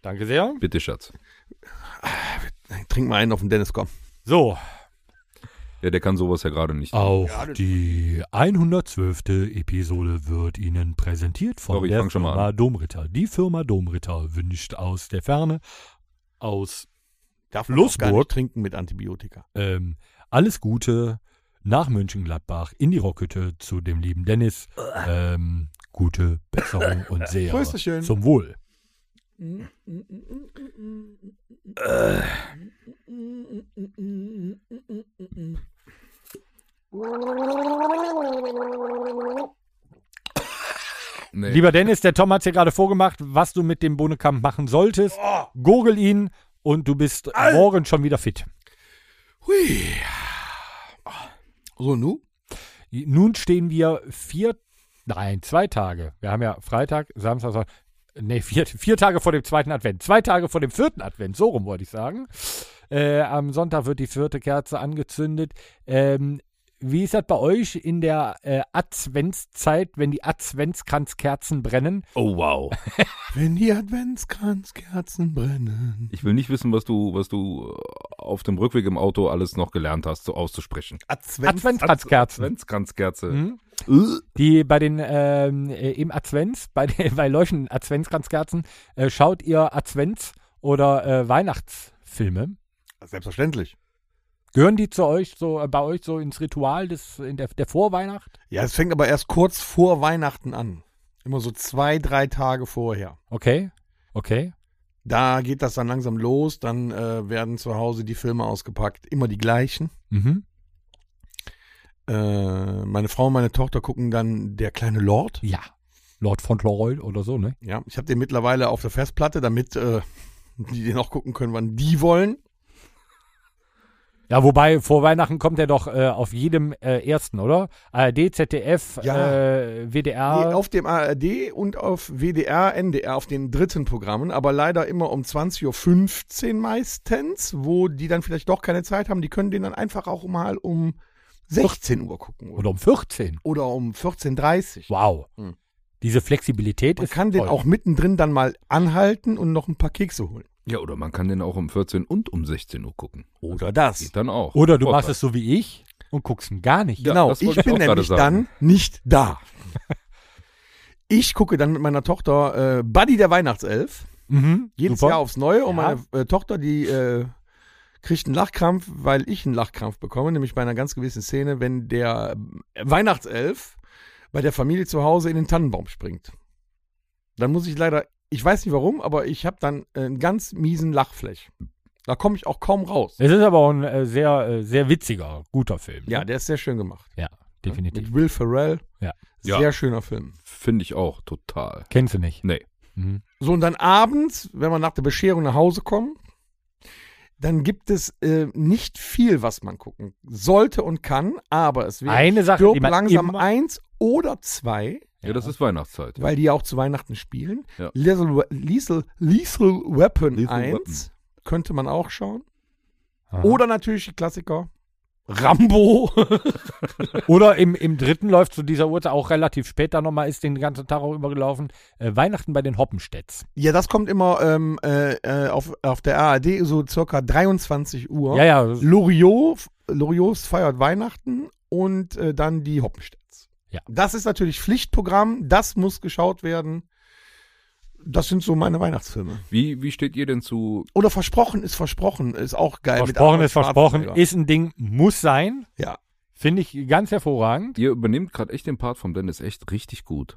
C: Danke sehr.
D: Bitte, Schatz.
B: Trink mal einen auf den Dennis, komm.
C: So,
D: Ja, der kann sowas ja gerade
B: Ah,
D: nicht.
C: auch die 112. Episode wird Ihnen präsentiert von
D: Sorry, ich
C: der
D: fang schon mal
C: Firma Domritter. Die Firma Domritter wünscht aus der Ferne, aus
B: Darf
C: Lustburg.
B: gar nicht trinken mit Antibiotika.
C: ähm, alles Gute nach Mönchengladbach in die Rockhütte zu dem lieben Dennis. Ähm, gute Besserung
D: *laughs*
C: und sehr
B: Prösterchen.
C: zum Wohl.
D: Nee.
C: Lieber Dennis, der Tom hat es ja gerade vorgemacht, was du mit dem Bohnekamp machen solltest. Gurgel ihn und du bist morgen schon wieder fit.
B: Hui. So, nu?
C: Nun stehen wir vier, nein, zwei Tage. Wir haben ja Freitag, Samstag, Sonntag. Nee, vier, vier Tage vor dem zweiten Advent. Zwei Tage vor dem vierten Advent, so rum wollte ich sagen. Äh, am Sonntag wird die vierte Kerze angezündet. Ähm, Wie ist das bei euch in der äh, Adventszeit, wenn die Adventskranzkerzen brennen?
D: Oh, wow.
B: Wenn die Adventskranzkerzen brennen.
D: Ich will nicht wissen, was du, was du äh, auf dem Rückweg im Auto alles noch gelernt hast, so auszusprechen.
B: Advents
C: Adventskranzkerzen.
D: Adventskranzkerze.
C: Mhm.
D: Äh,
C: Die bei den ähm, äh, im Advents, *laughs* bei, den, bei leuchtenden Adventskranzkerzen, äh, schaut ihr Advents oder äh, Weihnachtsfilme?
B: Selbstverständlich.
C: Gehören die zu euch so äh, bei euch so ins Ritual des in der, der Vorweihnacht?
B: Ja, es fängt aber erst kurz vor Weihnachten an. Immer so zwei, drei Tage vorher.
C: Okay, okay.
B: Da geht das dann langsam los. Dann äh, werden zu Hause die Filme ausgepackt. Immer die gleichen.
C: Mhm.
B: Äh, meine Frau und meine Tochter gucken dann Der kleine Lord.
C: Ja, Lord Fauntleroy oder so, ne?
B: Ja, ich habe den mittlerweile auf der Festplatte, damit äh, die den auch gucken können, wann die wollen.
C: Ja, wobei vor Weihnachten kommt er doch äh, auf jedem äh, ersten, oder? ARD, ZDF,
B: Ja.
C: äh, WDR.
B: Nee,
D: Ah.
B: auf dem ARD und auf WDR, NDR, auf den dritten Programmen, aber leider immer um 20.15 Uhr meistens, wo die dann vielleicht doch keine Zeit haben. Die können den dann einfach auch mal um 16 Uhr gucken oder,
C: oder um 14.
B: oder um 14.30 Uhr.
C: Wow.
B: Hm.
C: Diese Flexibilität
B: Man
C: ist
B: kann den
C: toll.
B: auch mittendrin dann mal anhalten und noch ein paar Kekse holen.
D: Ja, oder man kann den auch um 14 und um 16 Uhr gucken.
B: Oder das.
D: Geht dann auch.
C: Oder du
D: Podcast.
C: machst es so wie ich und guckst ihn gar nicht.
D: Ja,
B: Genau,
D: das wollte
B: ich bin
D: auch gerade
B: nämlich
D: sagen.
B: dann nicht
D: *laughs*
B: da. Ich gucke dann mit meiner Tochter äh, Buddy der Weihnachtself.
C: Mhm,
B: Jedes
C: super.
B: Jahr aufs Neue. Und
C: Ja.
B: meine äh, Tochter, die äh, kriegt einen Lachkrampf, weil ich einen Lachkrampf bekomme. Nämlich bei einer ganz gewissen Szene, wenn der äh, Weihnachtself bei der Familie zu Hause in den Tannenbaum springt. Dann muss ich leider, ich weiß nicht warum, aber ich habe dann äh, einen ganz miesen Lachfläch. Da komme ich auch kaum raus.
C: Es ist aber auch ein äh, sehr, äh, sehr witziger, guter Film.
B: Ja,
C: ne?
B: der ist sehr schön gemacht.
C: ja definitiv.
B: Mit Will Ferrell.
C: Ja.
D: Ja.
B: Sehr schöner Film.
D: Finde ich auch total.
C: Kennst du nicht?
D: Nee.
C: Mhm.
B: So, und dann abends, wenn wir nach der Bescherung nach Hause kommen, dann gibt es äh, nicht viel, was man gucken sollte und kann, aber es wäre
C: Eine Sache,
B: Stirb
C: die man
B: langsam
C: immer,
B: eins oder zwei,
D: Ja, das ist Weihnachtszeit.
B: weil die ja auch zu Weihnachten spielen.
D: Ja.
B: Lethal, We- Lethal, Lethal Weapon
D: Lethal
B: 1
D: Weapon.
B: könnte man auch schauen.
C: Aha.
B: Oder natürlich die Klassiker. Rambo.
C: Oder im, im dritten läuft zu dieser Uhrzeit auch relativ später nochmal, ist den ganzen Tag auch übergelaufen. Äh, Weihnachten bei den Hoppenstädts.
B: ja, das kommt immer ähm, äh, äh, auf, auf der ARD so circa 23 Uhr.
C: Ja, ja.
B: Loriot, Loriots feiert Weihnachten und äh, dann die Hoppenstädts.
C: Ja.
B: Das ist natürlich Pflichtprogramm, das muss geschaut werden. Das sind so meine Weihnachtsfilme.
D: Wie, wie steht ihr denn zu
B: Oder Versprochen ist Versprochen, ist auch geil. mit
C: Versprochen
B: Arnold
C: ist versprochen,
B: Schwarzenegger.
C: ist ein Ding, muss sein.
B: Ja.
C: Finde ich ganz hervorragend.
D: Ihr übernehmt gerade echt den Part vom Dennis echt richtig gut.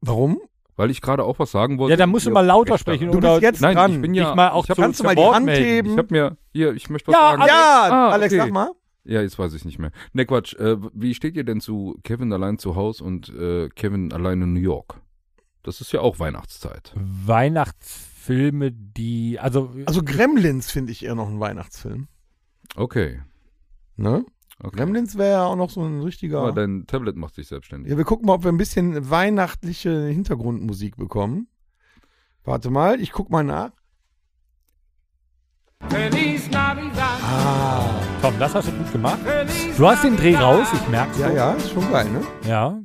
B: Warum?
D: Weil ich gerade auch was sagen wollte.
C: Ja, dann musst du
D: Ihr
C: mal lauter
D: echt
C: sprechen um
D: daran.
B: Du
C: oder
B: bist jetzt
D: Nein,
B: dran.
D: ich bin ja.
C: dich mal auch
D: ich hab,
C: zu-
B: Kannst du
C: zum
B: mal die
C: Wort
B: Hand
C: melden.
B: heben?
D: ich hab mir. Hier, ich möchte was
C: Ja,
D: sagen.
C: Alex-
B: ja,
D: Ah,
B: Alex,
D: okay.
B: sag mal.
D: Ja, jetzt weiß ich nicht mehr. Ne, Quatsch. Äh, wie steht ihr denn zu Kevin allein zu Hause und äh, Kevin allein in New York? Das ist ja auch Weihnachtszeit.
C: Weihnachtsfilme, die, also,
B: Also Gremlins finde ich eher noch ein Weihnachtsfilm.
D: Okay.
B: Ne?
D: okay.
B: Gremlins wäre ja auch noch so ein richtiger.
D: Aber dein Tablet macht sich selbstständig.
B: Ja, wir gucken mal, ob wir ein bisschen weihnachtliche Hintergrundmusik bekommen. Warte mal, ich guck mal nach. Ah,
C: Tom, das hast du gut gemacht. Du hast den Dreh raus, ich merke
B: ja, ja, ist schon geil, ne?
C: Ja.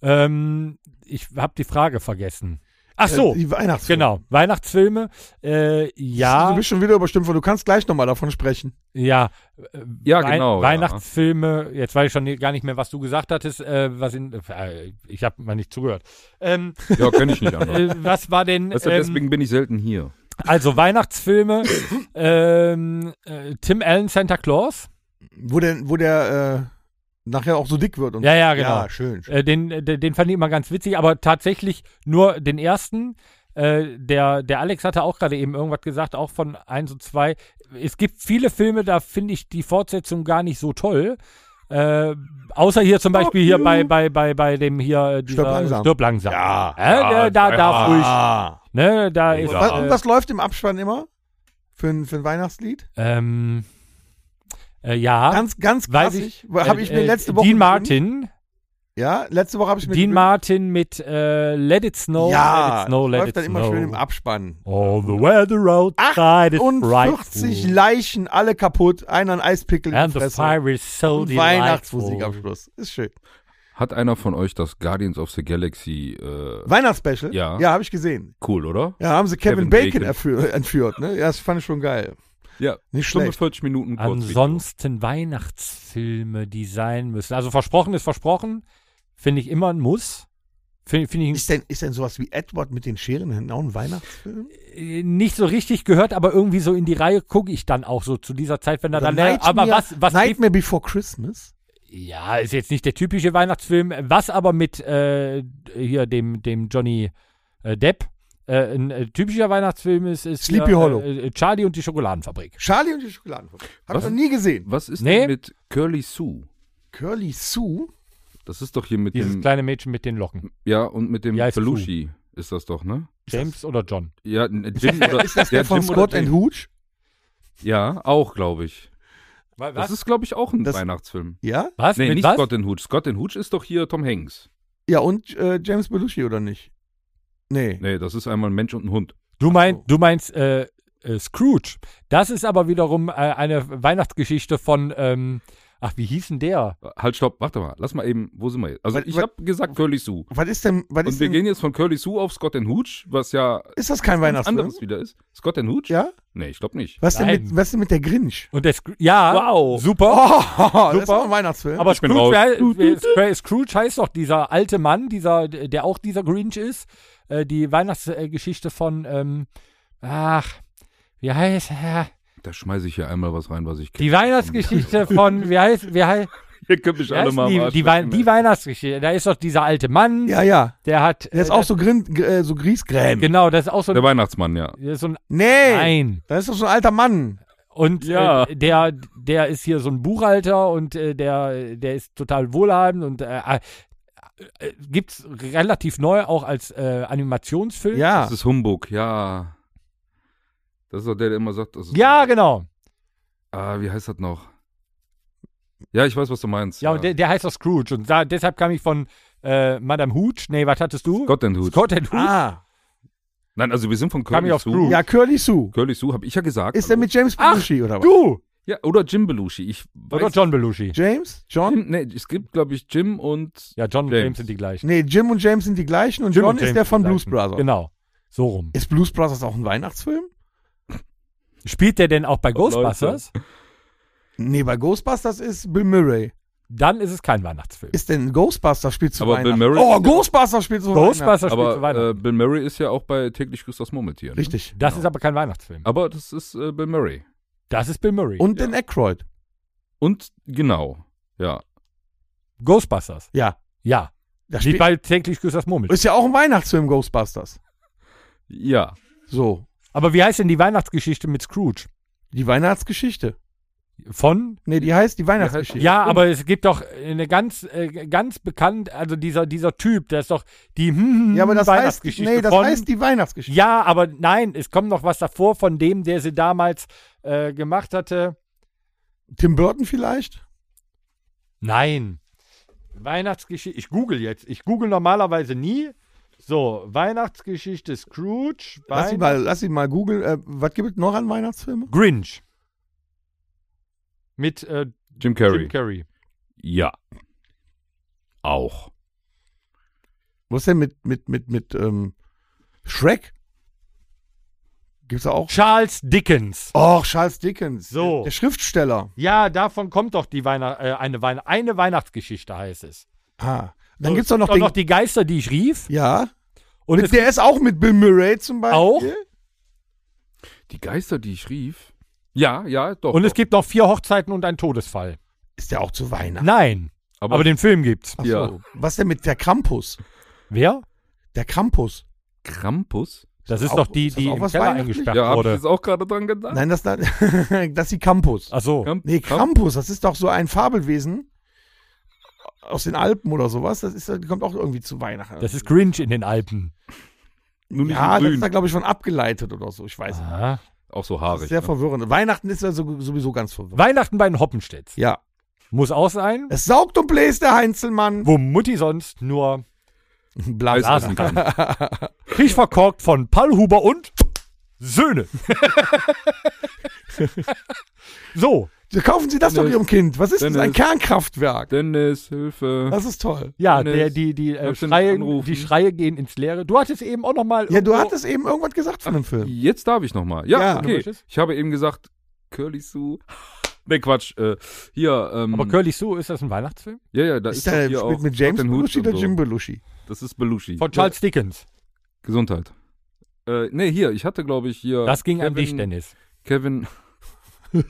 C: Ähm, ich habe die Frage vergessen. Ach so,
B: Äh, die Weihnachtsfilme.
C: genau. Weihnachtsfilme. Äh,
B: Du
C: ja,
B: bist schon wieder überstimmt worden. Du kannst gleich nochmal davon sprechen.
C: ja. äh,
D: Ja,
C: Wei-
D: genau, ja.
C: Weihnachtsfilme. Jetzt weiß ich schon gar nicht mehr, was du gesagt hattest. Äh, was in, äh, ich habe mal nicht zugehört. Ähm,
D: Ja, kenne
C: *laughs*
D: ich nicht anders.
C: äh, was war denn?
D: Weißt du,
C: ähm,
D: deswegen bin ich selten hier.
C: also Weihnachtsfilme. ähm, äh, Tim Allen Santa Claus.
B: Wo der, wo der äh, nachher auch so dick wird. Und
C: Ja, ja, genau.
B: Ja, schön. schön.
C: Äh, den, äh, den den fand ich immer ganz witzig, aber tatsächlich nur den ersten. Äh, der, der Alex hatte auch gerade eben irgendwas gesagt, auch von 1 und 2. Es gibt viele Filme, da finde ich die Fortsetzung gar nicht so toll. Äh, außer hier zum Beispiel hier bei, bei, bei, bei dem hier äh, dieser,
B: Stirb langsam.
C: Stirb langsam.
B: Ja.
C: Äh, der, da darf ruhig.
B: Ah.
C: Ne, da ist,
B: Und was, und
C: äh,
B: was läuft im Abspann immer? Für ein, für ein Weihnachtslied?
C: ähm, äh, ja,
B: Ganz, ganz
C: weiß
B: klassisch. Habe ich mir letzte Woche.
C: Äh, Dean
B: gewünscht.
C: Martin.
B: Ja, letzte Woche habe ich mir
C: Dean Martin mit äh, Let It Snow, Let
B: ja,
C: It Snow,
B: das
C: Let
B: läuft
C: It
B: dann immer
C: Snow.
B: schön im Abspann.
C: All the weather outside is frightful.
B: 48 Leichen, alle kaputt, einer ein Eispickel in
C: And
B: die
C: the
B: Fresse.
C: fire is so
B: Und Weihnachtsmusik am
C: delightful.
B: Schluss. Ist schön.
D: Hat einer von euch das Guardians of the Galaxy äh,
B: Weihnachtsspecial?
D: Ja.
B: Ja, habe ich gesehen.
D: cool, oder?
B: Ja, haben sie Kevin,
D: Kevin
B: Bacon,
D: Bacon.
B: erfü- *laughs* entführt, ne? Ja, das fand ich schon geil.
D: Ja,
B: Nicht
D: Stunde
B: schlecht.
D: 40 Minuten kurz.
C: Ansonsten Weihnachtsfilme, die sein müssen. Also versprochen ist versprochen. Finde ich immer ein Muss. Finde finde ich
B: Ist denn, ist denn sowas wie Edward mit den Scherenhänden auch ein Weihnachtsfilm?
C: äh, nicht so richtig gehört, aber irgendwie so in die Reihe gucke ich dann auch so zu dieser Zeit, wenn er dann.
B: Nightmare-
C: aber was, was lief-
B: Nightmare Before Christmas?
C: Ja, ist jetzt nicht der typische Weihnachtsfilm. Was aber mit äh, hier dem, dem Johnny äh, Depp äh, ein äh, typischer Weihnachtsfilm ist, ist
B: Sleepy
C: hier,
B: Hollow.
C: Äh, äh, Charlie und die Schokoladenfabrik.
B: Charlie und die Schokoladenfabrik. Hab ich
D: Was?
B: noch nie gesehen.
D: Was ist
C: Nee.
D: denn mit Curly Sue?
B: Curly Sue?
D: Das ist doch hier mit
C: Dieses
D: dem
C: kleine Mädchen mit den Locken.
D: Ja, und mit dem
C: Ja, ist
D: Belushi ist das doch, ne?
C: James oder John? *laughs*
D: Ja, n- Jim oder
B: *laughs* Ist das der, von
D: Jim oder
B: Scott
D: Jim.
B: and Hooch?
D: Ja, auch, glaube ich.
C: Was?
D: Das ist, glaube ich, auch ein
B: Das-
D: Weihnachtsfilm.
B: Ja?
C: was?
D: Nee,
C: mit
D: nicht
C: was?
D: Scott and Hooch. Scott and Hooch ist doch hier Tom Hanks.
B: Ja, und äh, James Belushi, oder nicht? Nee.
D: Nee, das ist einmal ein Mensch und ein Hund.
C: Du, mein, du meinst äh, äh, Scrooge. Das ist aber wiederum äh, eine Weihnachtsgeschichte von, ähm, ach, wie hieß denn der?
D: Halt, stopp, warte mal. Lass mal eben, wo sind wir jetzt? Also,
B: Was-
D: ich
B: was-
D: habe gesagt Curly Sue.
B: Was ist denn, was
D: Und
B: ist
D: wir
B: denn,
D: gehen jetzt von Curly Sue auf Scott and Hooch, was ja
B: ist das kein
D: was
B: Weihnachtsfilm?
D: anderes wieder ist. Scott and Hooch?
B: Ja?
D: Nee, ich glaube nicht.
B: Was denn,
C: Nein.
B: mit, was denn mit der Grinch?
C: Und der Scroo ja,
D: Wow.
C: super.
D: *laughs*
B: Super. Das ist
C: Super.
B: auch ein Weihnachtsfilm.
C: Aber
D: Ich bin
C: Scrooge,
D: raus.
C: wär- wär- Scroo- Scrooge heißt doch dieser alte Mann, dieser, der auch dieser Grinch ist. Äh, die Weihnachtsgeschichte von, ähm, ach, wie heißt er?
D: Da schmeiße ich hier einmal was rein, was ich kenne.
C: Die Weihnachtsgeschichte von, wie heißt, wie heißt,
D: *laughs* Ihr könnt mich
C: wie
D: alle
C: heißt
D: mal am
C: die,
D: Arsch
C: die, Wei-
D: lecken,
C: die
D: ey.
C: Weihnachtsgeschichte? Da ist doch dieser alte Mann,
B: ja, ja.
C: der hat.
B: Der ist
C: äh,
B: auch so, Grin, gr- äh, so griesgrämig.
C: Genau, das ist auch so
D: Der
C: ein.
D: Weihnachtsmann, ja.
C: das ist so ein
B: Nee.
C: Nein.
B: Da ist doch so ein alter Mann.
C: Und
D: Ja.
C: äh, der, der ist hier so ein Buchhalter und äh, der, der ist total wohlhabend und äh, äh, äh, gibt's relativ neu auch als äh, Animationsfilm.
B: Ja.
D: Das ist Humbug, ja. Das ist doch der, der immer sagt, das ist
C: Ja, genau.
D: Ah, wie heißt das noch? Ja, ich weiß, was du meinst.
C: Ja, und der, der heißt doch Scrooge. Und da, deshalb kam ich von äh, Madame Hooch. Nee, was hattest du?
D: Scott and Hooch.
C: Scott and Hooch.
B: Ah.
D: Nein, also wir sind von
C: Kam
D: Curly
C: ich auf
D: Sue.
C: Scrooge.
B: Ja, Curly Sue.
D: Curly Sue, habe ich ja gesagt.
B: Ist der mit James
C: Ach,
B: Belushi oder was?
C: Du!
D: Ja, oder Jim Belushi. Ich
C: Oder
D: weiß,
C: John Belushi.
B: James? John?
C: Hm.
D: Jim, nee, es gibt, glaube ich, Jim und
C: Ja, John und
D: James.
C: James sind die gleichen.
B: Nee, Jim und James sind die gleichen und
C: Jim
B: John
C: und
B: ist
C: James
B: der von
C: sind die
B: Blues
C: gleichen.
B: Brothers.
C: Genau. So rum.
B: Ist Blues Brothers auch ein Weihnachtsfilm?
C: Spielt der denn auch bei
D: Oh, Leute.
C: Ghostbusters?
B: Nee, bei Ghostbusters ist Bill Murray.
C: Dann ist es kein Weihnachtsfilm.
B: Ist denn Ghostbusters spielt zu
D: Aber Bill
B: Weihnachten?
D: Murray-
B: oh, Ghostbusters spielt zu Weihnachten.
C: Ghostbusters spielt zu
D: aber äh,
C: Weihnachten.
D: Bill Murray ist ja auch bei täglich grüßt das Murmeltier. Ne?
B: Richtig.
C: das ist aber kein Weihnachtsfilm.
D: Aber das ist äh, Bill Murray.
C: Das ist Bill Murray.
B: Und den Aykroyd.
D: Und genau, ja.
C: Ghostbusters.
B: Ja.
C: Ja.
B: Da
C: Nicht
B: spielt-
C: bei täglich grüßt das Murmeltier.
B: Ist ja auch ein Weihnachtsfilm, Ghostbusters.
D: Ja.
B: So.
C: Aber wie heißt denn die Weihnachtsgeschichte mit Scrooge?
B: Die Weihnachtsgeschichte.
C: Von?
B: Nee, die heißt die Weihnachtsgeschichte.
C: Ja, aber es gibt doch eine ganz, äh, ganz bekannt, also dieser, dieser Typ, der ist doch die hm,
B: Ja, aber das heißt,
C: Weihnachtsgeschichte
B: nee, das
C: von.
B: heißt die Weihnachtsgeschichte.
C: ja, aber nein, es kommt noch was davor von dem, der sie damals äh, gemacht hatte.
B: Tim Burton vielleicht?
C: Nein. Weihnachtsgeschichte. Ich google jetzt. Ich google normalerweise nie. So, Weihnachtsgeschichte Scrooge.
B: Lass
C: Weihnachts-
B: ihn mal, lass ihn mal googeln. Äh, was gibt es noch an Weihnachtsfilmen?
C: Grinch. Mit äh,
D: Jim Carrey.
C: Jim Carrey.
D: ja. Auch.
B: Was denn mit, mit, mit, mit ähm, Shrek? Gibt's da auch?
C: Charles Dickens.
B: Och, Charles Dickens.
C: So.
B: Der Schriftsteller.
C: Ja, davon kommt doch die Weihnacht, äh, eine, Weihn eine Weihnachtsgeschichte, heißt es.
B: Ah. Dann
C: So,
B: gibt's
C: es
B: doch noch
C: gibt
B: den.
C: auch noch die Geister, die ich rief.
B: ja.
C: Und es
B: Mit, der ist auch mit Bill Murray zum Beispiel.
C: Auch?
D: Die Geister, die ich rief. Ja, ja, doch.
C: Und
D: doch.
C: es gibt noch vier Hochzeiten und einen Todesfall.
B: Ist der auch zu Weihnachten?
C: Nein, aber,
D: aber,
C: den Film gibt's.
B: Ach
D: Ja.
B: so. Was denn mit der Krampus?
C: Wer?
B: Der Krampus.
D: Krampus?
C: Das
B: das
C: ist doch
B: auch-
C: die,
B: ist das
C: die
B: auch
C: im
B: was
C: Keller
B: Weihnachtliches?
C: eingesperrt
D: Ja, hab ich
C: wurde.
D: jetzt auch gerade dran gedacht.
B: Nein, das, *laughs* das ist die Krampus.
C: Ach so.
D: Kramp-
B: Nee,
D: Kramp-
B: Krampus, das ist doch so ein Fabelwesen aus den Alpen oder sowas. Das ist, das kommt auch irgendwie zu Weihnachten.
C: Das ist Grinch in den Alpen.
D: Nur nicht
B: ja,
D: in
B: das
D: grün.
B: ist da, glaube ich, schon abgeleitet oder so. Ich weiß nicht.
C: Aha.
D: auch so
B: Das ist
D: haarig.
B: sehr
D: ne?
B: verwirrend. Weihnachten ist ja so- sowieso ganz verwirrend.
C: Weihnachten bei den Hoppenstedts.
B: Ja.
C: Muss auch sein.
B: Es saugt und bläst der Heinzelmann. *laughs*
C: Wo Mutti sonst nur
B: Blas.
D: Eis essen kann.
C: Krieg verkorkt von Pallhuber und
B: *laughs*
C: Söhne. so,
B: Kaufen Sie das doch Ihrem Kind. Was ist das? Ein
D: Dennis.
B: Kernkraftwerk.
D: *laughs* Dennis, Hilfe.
B: Das ist toll.
C: ja,
D: Dennis,
C: der, die, die, äh,
D: möchtest du
C: Schreie,
D: anrufen?
C: die Schreie gehen ins Leere. Du hattest eben auch noch mal
B: Ja, du
D: Oh.
C: irgendwo-
B: hattest eben irgendwas gesagt von dem Film.
D: Jetzt darf ich nochmal. Ja,
B: Ja.
C: Du
D: okay.
C: möchtest?
D: Ich habe eben gesagt, Curly Sue. *laughs* Nee, Quatsch. Äh, hier, ähm.
C: Aber Curly Sue, ist das ein Weihnachtsfim?
D: ja, ja, da ist,
B: Ist
D: doch
B: der
D: hier
B: mit,
D: auch
B: mit James
D: Robin Hood
B: Belushi
D: und
B: oder
D: so.
B: Jim Belushi?
D: Das ist Belushi.
C: Von Charles Dickens.
D: Gesundheit. Äh, nee, hier, ich hatte, glaube ich, hier.
C: Das ging an
D: Kevin-
C: dich, Dennis.
D: Kevin. *laughs*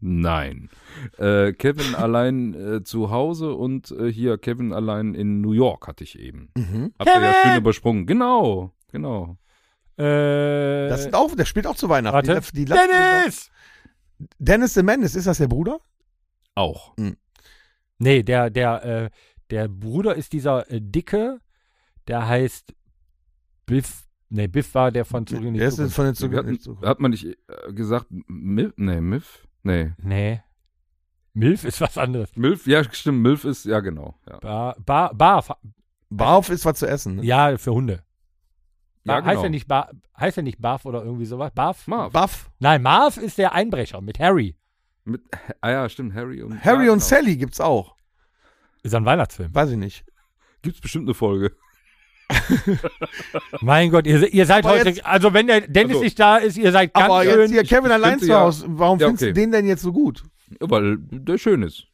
D: Nein. Äh, Kevin allein äh, zu Hause und äh, hier Kevin allein in New York hatte ich eben. Mhm. Habt ihr ja schön übersprungen. Genau, genau.
C: Äh,
B: Das sind auch, der spielt auch zu Weihnachten.
C: warte.
B: Die, die lassen den doch-
C: Dennis!
B: Dennis the Menace, ist das der Bruder?
D: Auch.
C: Nee, der, der, äh, der Bruder ist dieser äh, Dicke, der heißt Biff. Nee, Biff war der von Zurück in die
B: der ist
C: Zukunft.
B: von den
D: Wir hatten,
B: Zukunft.
D: hat man nicht äh, gesagt, Mif? Nee, Mif? Nee.
C: Nee. Milf ist was anderes.
D: Milf, ja, stimmt, Milf ist, ja, genau. Ja,
C: Bar, Bar, Bar,
B: Barf ist was zu essen. Ne? genau.
C: ja, für Hunde.
D: ja genau.
C: Bar, Ah, Heißt er nicht Bar, heißt er nicht Barf oder irgendwie sowas? Barf?
D: Marv.
B: Buff.
C: Nein, Marv ist der Einbrecher mit Harry.
D: Mit, ah ja, stimmt, Harry und
B: Harry
D: ja,
B: und
D: genau.
B: Sally gibt's auch.
C: Ist ein Weihnachtsfilm.
B: Weiß ich nicht.
D: Gibt's bestimmt eine Folge.
C: mein Gott, ihr, se- ihr seid
B: Aber
C: heute,
B: jetzt-
C: also wenn der Dennis
D: Also-
C: nicht da ist, ihr seid ganz
B: Aber
C: schön.
B: jetzt hier Kevin allein
D: finde
B: zu
D: ja-
B: Hause, warum
D: Ja,
B: findest du
D: okay.
B: den denn jetzt so gut?
D: Ja, weil der schön ist.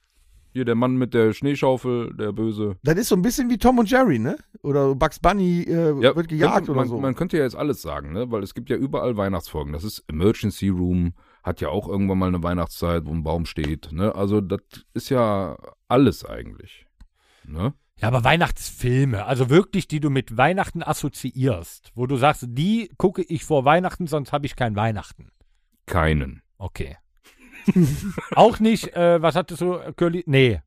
D: Hier der Mann mit der Schneeschaufel, der Böse.
B: Das ist so ein bisschen wie Tom und Jerry, ne? Oder Bugs Bunny äh,
D: Ja,
B: wird gejagt
D: könnte,
B: oder
D: man,
B: so.
D: Man könnte ja jetzt alles sagen, ne? weil es gibt ja überall Weihnachtsfolgen. Das ist Emergency Room, hat ja auch irgendwann mal eine Weihnachtszeit, wo ein Baum steht. Ne? Also das ist ja alles eigentlich. Ne?
C: Ja, aber Weihnachtsfilme, also wirklich, die du mit Weihnachten assoziierst, wo du sagst, die gucke ich vor Weihnachten, sonst habe ich kein Weihnachten.
D: Keinen.
C: Okay.
B: *laughs*
C: auch nicht, äh, was hattest du, Curly? Nee,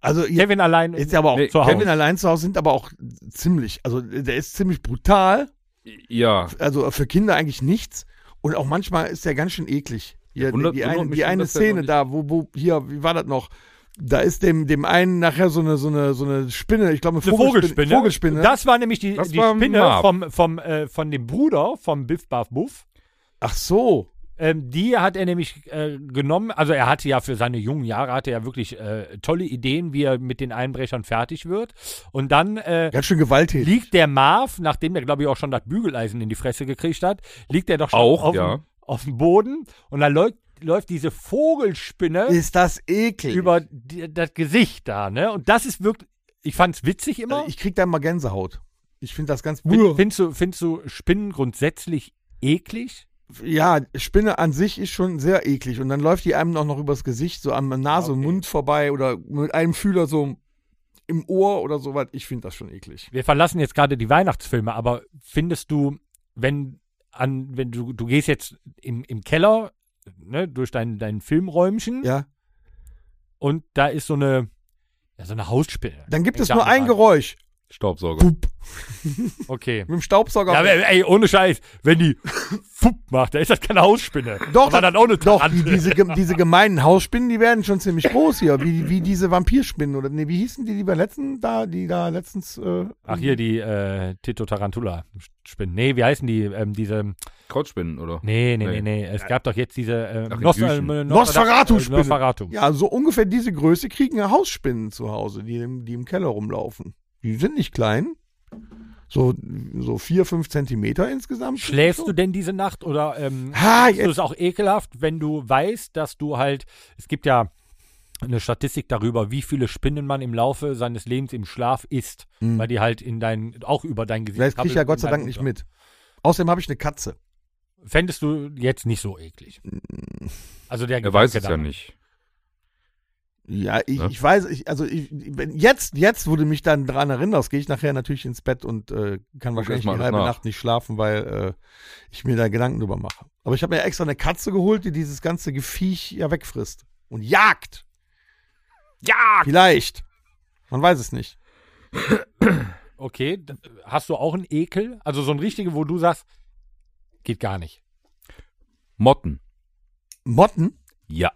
B: also ihr,
C: Kevin allein.
B: ist ja aber auch
D: Nee,
C: zu Hause.
B: Kevin allein zu Hause sind aber auch ziemlich, also der ist ziemlich brutal,
D: Ja,
B: also für Kinder eigentlich nichts und auch manchmal ist der ganz schön eklig. Hier, die,
D: Wundert-
B: die
D: wundert
B: eine,
D: mich
B: die
D: schon,
B: eine
D: dass der noch
B: Szene
D: nicht-
B: da, wo, wo, hier, wie war das noch? Da ist dem, dem einen nachher so eine, so eine, so eine Spinne, ich glaube eine,
C: eine Vogelspinne.
B: Vogelspinne. Vogelspinne.
C: Das war nämlich die,
D: Das
C: die
D: war
C: Spinne
D: Marv.
C: vom, vom, äh, von dem Bruder vom Biff Baff Buff.
B: Ach so.
C: Ähm, die hat er nämlich äh, genommen. Also er hatte ja für seine jungen Jahre hatte er wirklich äh, tolle Ideen, wie er mit den Einbrechern fertig wird. Und dann äh,
B: Ganz schön gewalttätig.
C: liegt der Marv, nachdem er glaube ich auch schon das Bügeleisen in die Fresse gekriegt hat, liegt er doch schon
D: Auch,
C: auf,
D: ja.
C: dem, auf dem Boden und dann läuft, läuft diese Vogelspinne
B: Ist das eklig.
C: über die, das Gesicht da. Ne? Und das ist wirklich, ich fand's witzig immer.
B: Also ich krieg da immer Gänsehaut. Ich finde das ganz.
C: Fin- Findest du, findest du Spinnen grundsätzlich eklig?
B: Ja, Spinne an sich ist schon sehr eklig. Und dann läuft die einem auch noch übers Gesicht, so am Nase und
C: Okay.
B: Mund vorbei oder mit einem Fühler so im Ohr oder sowas. Ich finde das schon eklig.
C: Wir verlassen jetzt gerade die Weihnachtsfilme, aber findest du, wenn an, wenn du, du gehst jetzt im, im Keller, ne, durch dein, dein Filmräumchen
B: Ja.
C: und da ist so eine, ja, so eine Hausspinne.
B: Dann gibt
C: Fängt
B: es
C: da
B: nur
C: an
B: ein
C: dran.
B: Geräusch.
D: Staubsauger.
B: Pup.
C: Okay.
B: Mit dem Staubsauger.
C: Ja, aber, ey, ohne Scheiß, wenn die *laughs* Fupp macht, da ist das keine Hausspinne.
B: Doch,
C: war
B: das-
C: dann auch eine
B: doch, die,
C: Tarantel.
B: diese, ge- diese gemeinen Hausspinnen, die werden schon ziemlich groß hier, wie, wie diese Vampirspinnen oder nee, wie hießen die, die wir letzten da, die da letztens äh,
C: Ach, hier die äh, Tito Tarantula-Spinnen. Nee, wie heißen die? Ähm, diese.
D: Krautspinnen, oder?
C: Nee, nee, nee,
D: Nee.
C: nee. Es gab doch jetzt diese. Ähm,
D: Ach, die
C: Nos-
D: Büchen.
C: äh,
B: Nosferatu-Spinne.
C: Nosferatu.
B: Ja, so ungefähr diese Größe kriegen ja Hausspinnen zu Hause, die, im- die im Keller rumlaufen. Die sind nicht klein. So, so vier, fünf Zentimeter insgesamt.
C: Schläfst
B: So.
C: du denn diese Nacht oder ähm,
B: Ha,
C: ist
B: jetzt.
C: es auch ekelhaft, wenn du weißt, dass du halt, es gibt ja eine Statistik darüber, wie viele Spinnen man im Laufe seines Lebens im Schlaf isst, weil die halt in dein, auch über dein Gesicht
B: Das Hm. krieg ich ja
C: krabbeln
B: Gott
C: und
B: sei
C: dann
B: Dank nicht
C: runter.
B: mit. Außerdem habe ich eine Katze.
C: Fändest du jetzt nicht so eklig?
B: Hm.
C: Also der
D: Er
C: Gedanke
D: weiß es ja
C: daran.
D: nicht.
B: Ja, ich,
D: Ne?
B: ich weiß, ich, also ich, wenn jetzt, jetzt wurde mich dann dran erinnerst, gehe ich nachher natürlich ins Bett und äh, kann wahrscheinlich die
D: erst mal alles
B: halbe
D: nach.
B: Nacht nicht schlafen, weil äh, ich mir da Gedanken drüber mache. Aber ich habe mir extra eine Katze geholt, die dieses ganze Gefiech ja wegfrisst und jagt.
F: Ja,
B: Vielleicht. Man weiß es nicht.
C: Okay, d- hast du auch einen Ekel? Also so einen richtigen, wo du sagst, geht gar nicht.
D: Motten.
B: Motten?
D: Ja.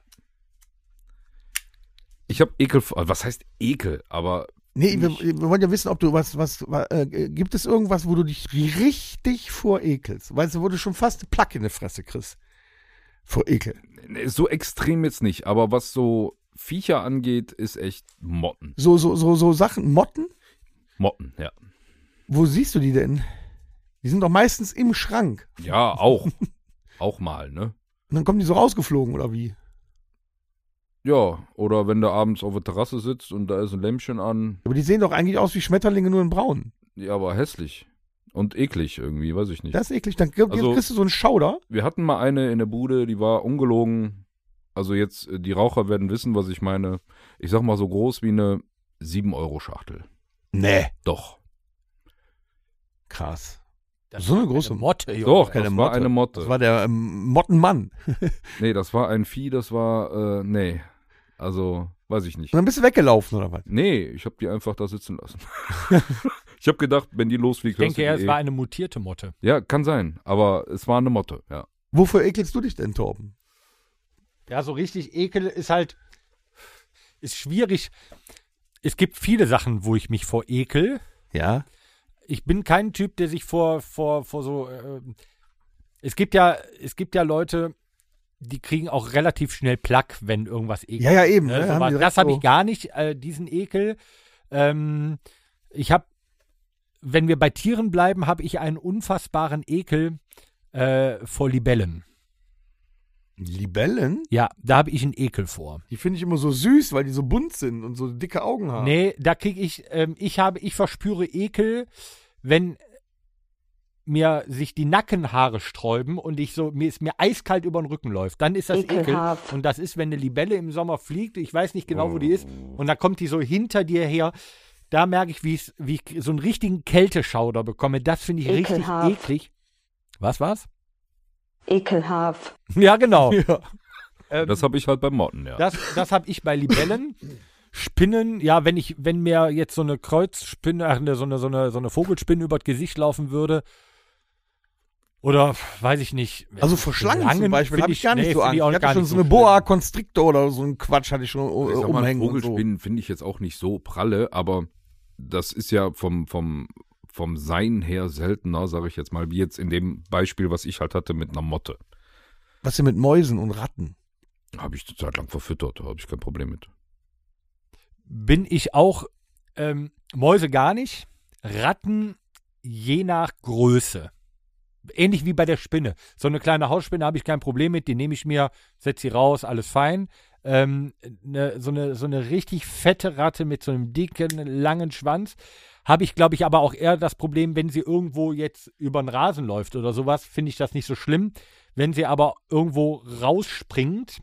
D: Ich ich habe Ekel, vor- also, was heißt Ekel, aber
B: Nee, wir, wir wollen ja wissen, ob du was, was, wa- äh, gibt es irgendwas, wo du dich richtig vor ekelst? Weißt du, wo du schon fast eine Plack in die Fresse kriegst. Vor Ekel.
D: nee, so extrem jetzt nicht, aber was so Viecher angeht, ist echt Motten.
B: So, so, so, so Sachen, Motten,
D: Motten, ja.
B: wo siehst du die denn? Die sind doch meistens im Schrank.
D: Ja, auch. auch mal, ne?
B: Und dann kommen die so rausgeflogen, oder wie?
D: Ja, oder wenn du abends auf der Terrasse sitzt und da ist ein Lämpchen an,
B: Aber die sehen doch eigentlich aus wie Schmetterlinge, nur in braun.
D: ja, aber hässlich und eklig irgendwie, weiß ich nicht.
B: Das ist eklig. Dann kriegst,
D: Also-
B: kriegst du so einen Schauder.
D: Wir hatten mal eine in der Bude, die war ungelogen. Also jetzt, äh, die Raucher werden wissen, was ich meine. Ich sag mal so groß wie eine 7-Euro-Schachtel.
B: Nee.
D: Doch.
B: Krass. so eine große Motte.
C: Motte, Junge.
D: Doch,
B: keine
D: das war
B: Motte.
D: eine Motte.
B: Das war der ähm, Mottenmann. Und
D: nee, das war ein Vieh, das war, äh, nee. Also, weiß ich nicht.
B: dann bist du weggelaufen, oder was?
D: Nee, ich hab die einfach da sitzen lassen. ich hab gedacht, wenn die losfliegt,
C: Ich denke ja,
D: hörst du die
C: es
D: eh.
C: war eine mutierte Motte.
D: Ja, kann sein, aber es war eine Motte, ja.
B: Wofür ekelst du dich denn, Torben?
C: Ja, so richtig Ekel ist halt, ist schwierig. Es gibt viele Sachen, wo ich mich vor Ekel.
B: Ja.
C: Ich bin kein Typ, der sich vor, vor, vor so. Äh, es gibt ja, es gibt ja Leute, die kriegen auch relativ schnell Plack, wenn irgendwas ekelt.
B: Ja, ja, eben.
C: Ne,
B: ne?
C: so
B: Haben
C: war-
B: die direkt
C: das habe
B: so-
C: ich gar nicht, äh, diesen Ekel. Ähm, ich habe, wenn wir bei Tieren bleiben, habe ich einen unfassbaren Ekel äh, vor Libellen.
B: Libellen?
C: Ja, da habe ich einen Ekel vor.
B: Die finde ich immer so süß, weil die so bunt sind und so dicke Augen haben. *laughs*
C: Nee, da kriege ich, ähm, ich habe, ich verspüre Ekel, wenn mir sich die Nackenhaare sträuben und ich so, mir ist mir eiskalt über den Rücken läuft, dann ist das
G: Ekelhaft.
C: Ekel. Und das ist, wenn eine Libelle im Sommer fliegt, ich weiß nicht genau, wo die ist, und dann kommt die so hinter dir her. Da merke ich, wie ich, wie ich so einen richtigen Kälteschauder bekomme. Das finde ich
G: Ekelhaft.
C: richtig eklig. Was *laughs* war's?
G: Ekelhaft.
C: Ja, genau. Ähm,
D: Das hab ich halt bei Motten, ja.
C: Das, das habe ich bei Libellen. Spinnen, ja, wenn ich, wenn mir jetzt so eine Kreuzspinne, ach, ne, so eine, so eine, so eine Vogelspinne übers Gesicht laufen würde, oder weiß ich nicht.
B: Also vor Schlangen, zum Beispiel
C: find
B: habe ich gar nicht
C: nee,
B: so
C: find
B: Angst. Ich
C: auch
B: hatte
C: gar
B: schon
C: nicht
B: so eine
C: schlimm.
B: Boa Constrictor oder so einen Quatsch hatte ich schon äh,
D: Ich sag mal,
B: umhängen und so.
D: Vogelspinnen finde ich jetzt auch nicht so pralle, aber das ist ja vom, vom, vom Sein her seltener, sage ich jetzt mal, wie jetzt in dem Beispiel, was ich halt hatte mit einer Motte.
B: Was denn mit Mäusen und Ratten?
D: Habe ich eine Zeit lang verfüttert, da habe ich kein Problem mit.
C: Bin ich auch ähm, Mäuse gar nicht, Ratten je nach Größe. Ähnlich wie bei der Spinne. So eine kleine Hausspinne habe ich kein Problem mit, die nehme ich mir, setze sie raus, alles fein. Ähm, ne, so, eine, so eine richtig fette Ratte mit so einem dicken, langen Schwanz habe ich, glaube ich, aber auch eher das Problem, wenn sie irgendwo jetzt über den Rasen läuft oder sowas, finde ich das nicht so schlimm. Wenn sie aber irgendwo rausspringt,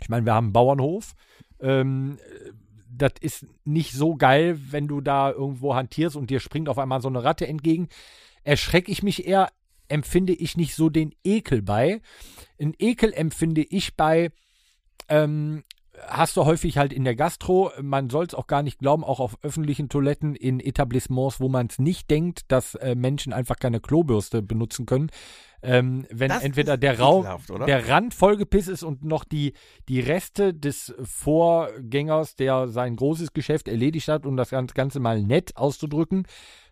C: ich meine, wir haben einen Bauernhof, ähm, das ist nicht so geil, wenn du da irgendwo hantierst und dir springt auf einmal so eine Ratte entgegen. Erschrecke ich mich eher, empfinde ich nicht so den Ekel bei. Ein Ekel empfinde ich bei, ähm, hast du häufig halt in der Gastro, man soll es auch gar nicht glauben, auch auf öffentlichen Toiletten, in Etablissements, wo man es nicht denkt, dass äh, Menschen einfach keine Klobürste benutzen können. Ähm, wenn
B: Das
C: entweder
B: ist
C: der Raum,
B: ekelhaft, oder?
C: der Rand vollgepisst ist und noch die, die Reste des Vorgängers, der sein großes Geschäft erledigt hat, um das ganz- Ganze mal nett auszudrücken,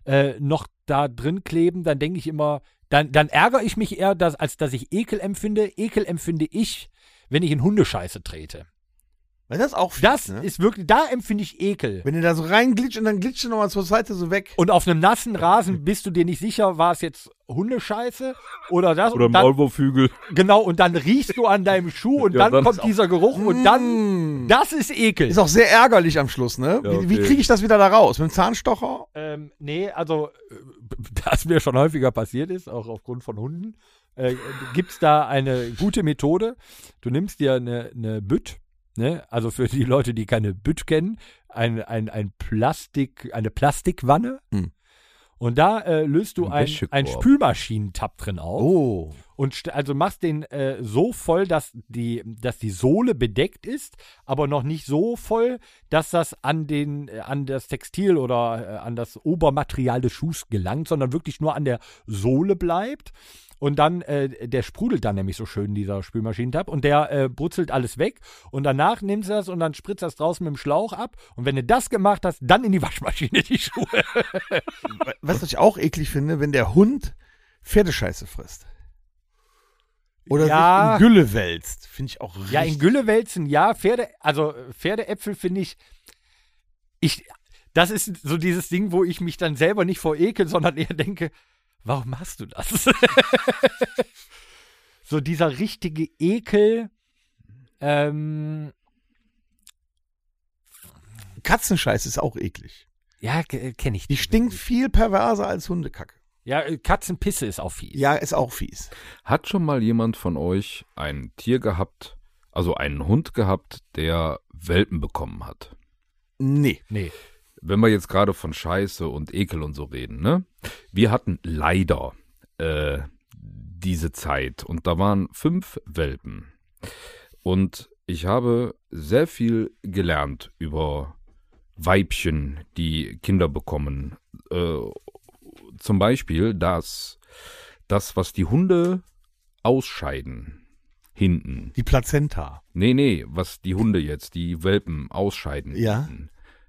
C: äh, noch da drin kleben, dann denke ich immer, dann, dann ärgere ich mich eher, dass, als dass ich Ekel empfinde. Ekel empfinde ich, wenn ich in Hundescheiße trete.
B: Weil das auch fies,
C: Das
B: ne?
C: ist wirklich, da empfinde ich Ekel.
B: Wenn ihr da so reinglitscht und dann glitscht ihr nochmal zur Seite so weg.
C: Und auf einem nassen Rasen bist du dir nicht sicher, war es jetzt Hundescheiße oder das? und dann,
D: Maulwurfhügel.
C: genau, und dann riechst du an deinem Schuh und
D: Ja,
C: dann
D: dann
C: kommt dieser Geruch und dann
B: Mm.
C: Das ist Ekel.
B: Ist auch sehr ärgerlich am Schluss, ne?
D: Ja,
B: Wie, wie
D: okay.
B: kriege ich das wieder da raus? Mit dem Zahnstocher?
C: ähm, nee, also, äh, *laughs* das mir schon häufiger passiert ist, auch aufgrund von Hunden, äh, gibt es da eine gute Methode. Du nimmst dir eine, eine Bütt, ne? also für die Leute, die keine Bütt kennen, ein, ein, ein Plastik, eine Plastikwanne.
B: Hm.
C: Und da äh, löst du
D: Ein
C: ein,
D: Wäschekorb.
C: ein Spülmaschinentab drin auf.
B: Oh.
C: Und st- also machst den äh, so voll, dass die, dass die Sohle bedeckt ist, aber noch nicht so voll, dass das an den, äh, an das Textil oder äh, an das Obermaterial des Schuhs gelangt, sondern wirklich nur an der Sohle bleibt. Und dann, äh, der sprudelt dann nämlich so schön, dieser Spülmaschinentab. Und der äh, brutzelt alles weg. Und danach nimmst du das und dann spritzt das draußen mit dem Schlauch ab. Und wenn du das gemacht hast, dann in die Waschmaschine die Schuhe.
B: Was ich auch eklig finde, wenn der Hund Pferdescheiße frisst. Oder
C: Ja.
B: sich in Gülle wälzt. Finde ich auch richtig.
C: Ja, in Gülle wälzen, ja. Pferde, also äh, Pferdeäpfel finde ich, ich, das ist so dieses Ding, wo ich mich dann selber nicht vor ekel, sondern eher denke, warum machst du das? *laughs* so dieser richtige Ekel, ähm,
B: Katzenscheiße ist auch eklig.
C: ja, kenne ich
B: Die stinkt viel perverser als Hundekacke.
C: Ja, äh, Katzenpisse ist auch fies.
B: Ja, ist auch fies.
D: Hat schon mal jemand von euch ein Tier gehabt, also einen Hund gehabt, der Welpen bekommen hat?
B: Nee.
C: Nee.
D: wenn wir jetzt gerade von Scheiße und Ekel und so reden, ne? Wir hatten leider äh, diese Zeit und da waren fünf Welpen. Und ich habe sehr viel gelernt über Weibchen, die Kinder bekommen. Äh, zum Beispiel, dass das, was die Hunde ausscheiden, hinten,
B: Die Plazenta.
D: Nee, nee, was die Hunde jetzt, die Welpen ausscheiden.
B: Ja.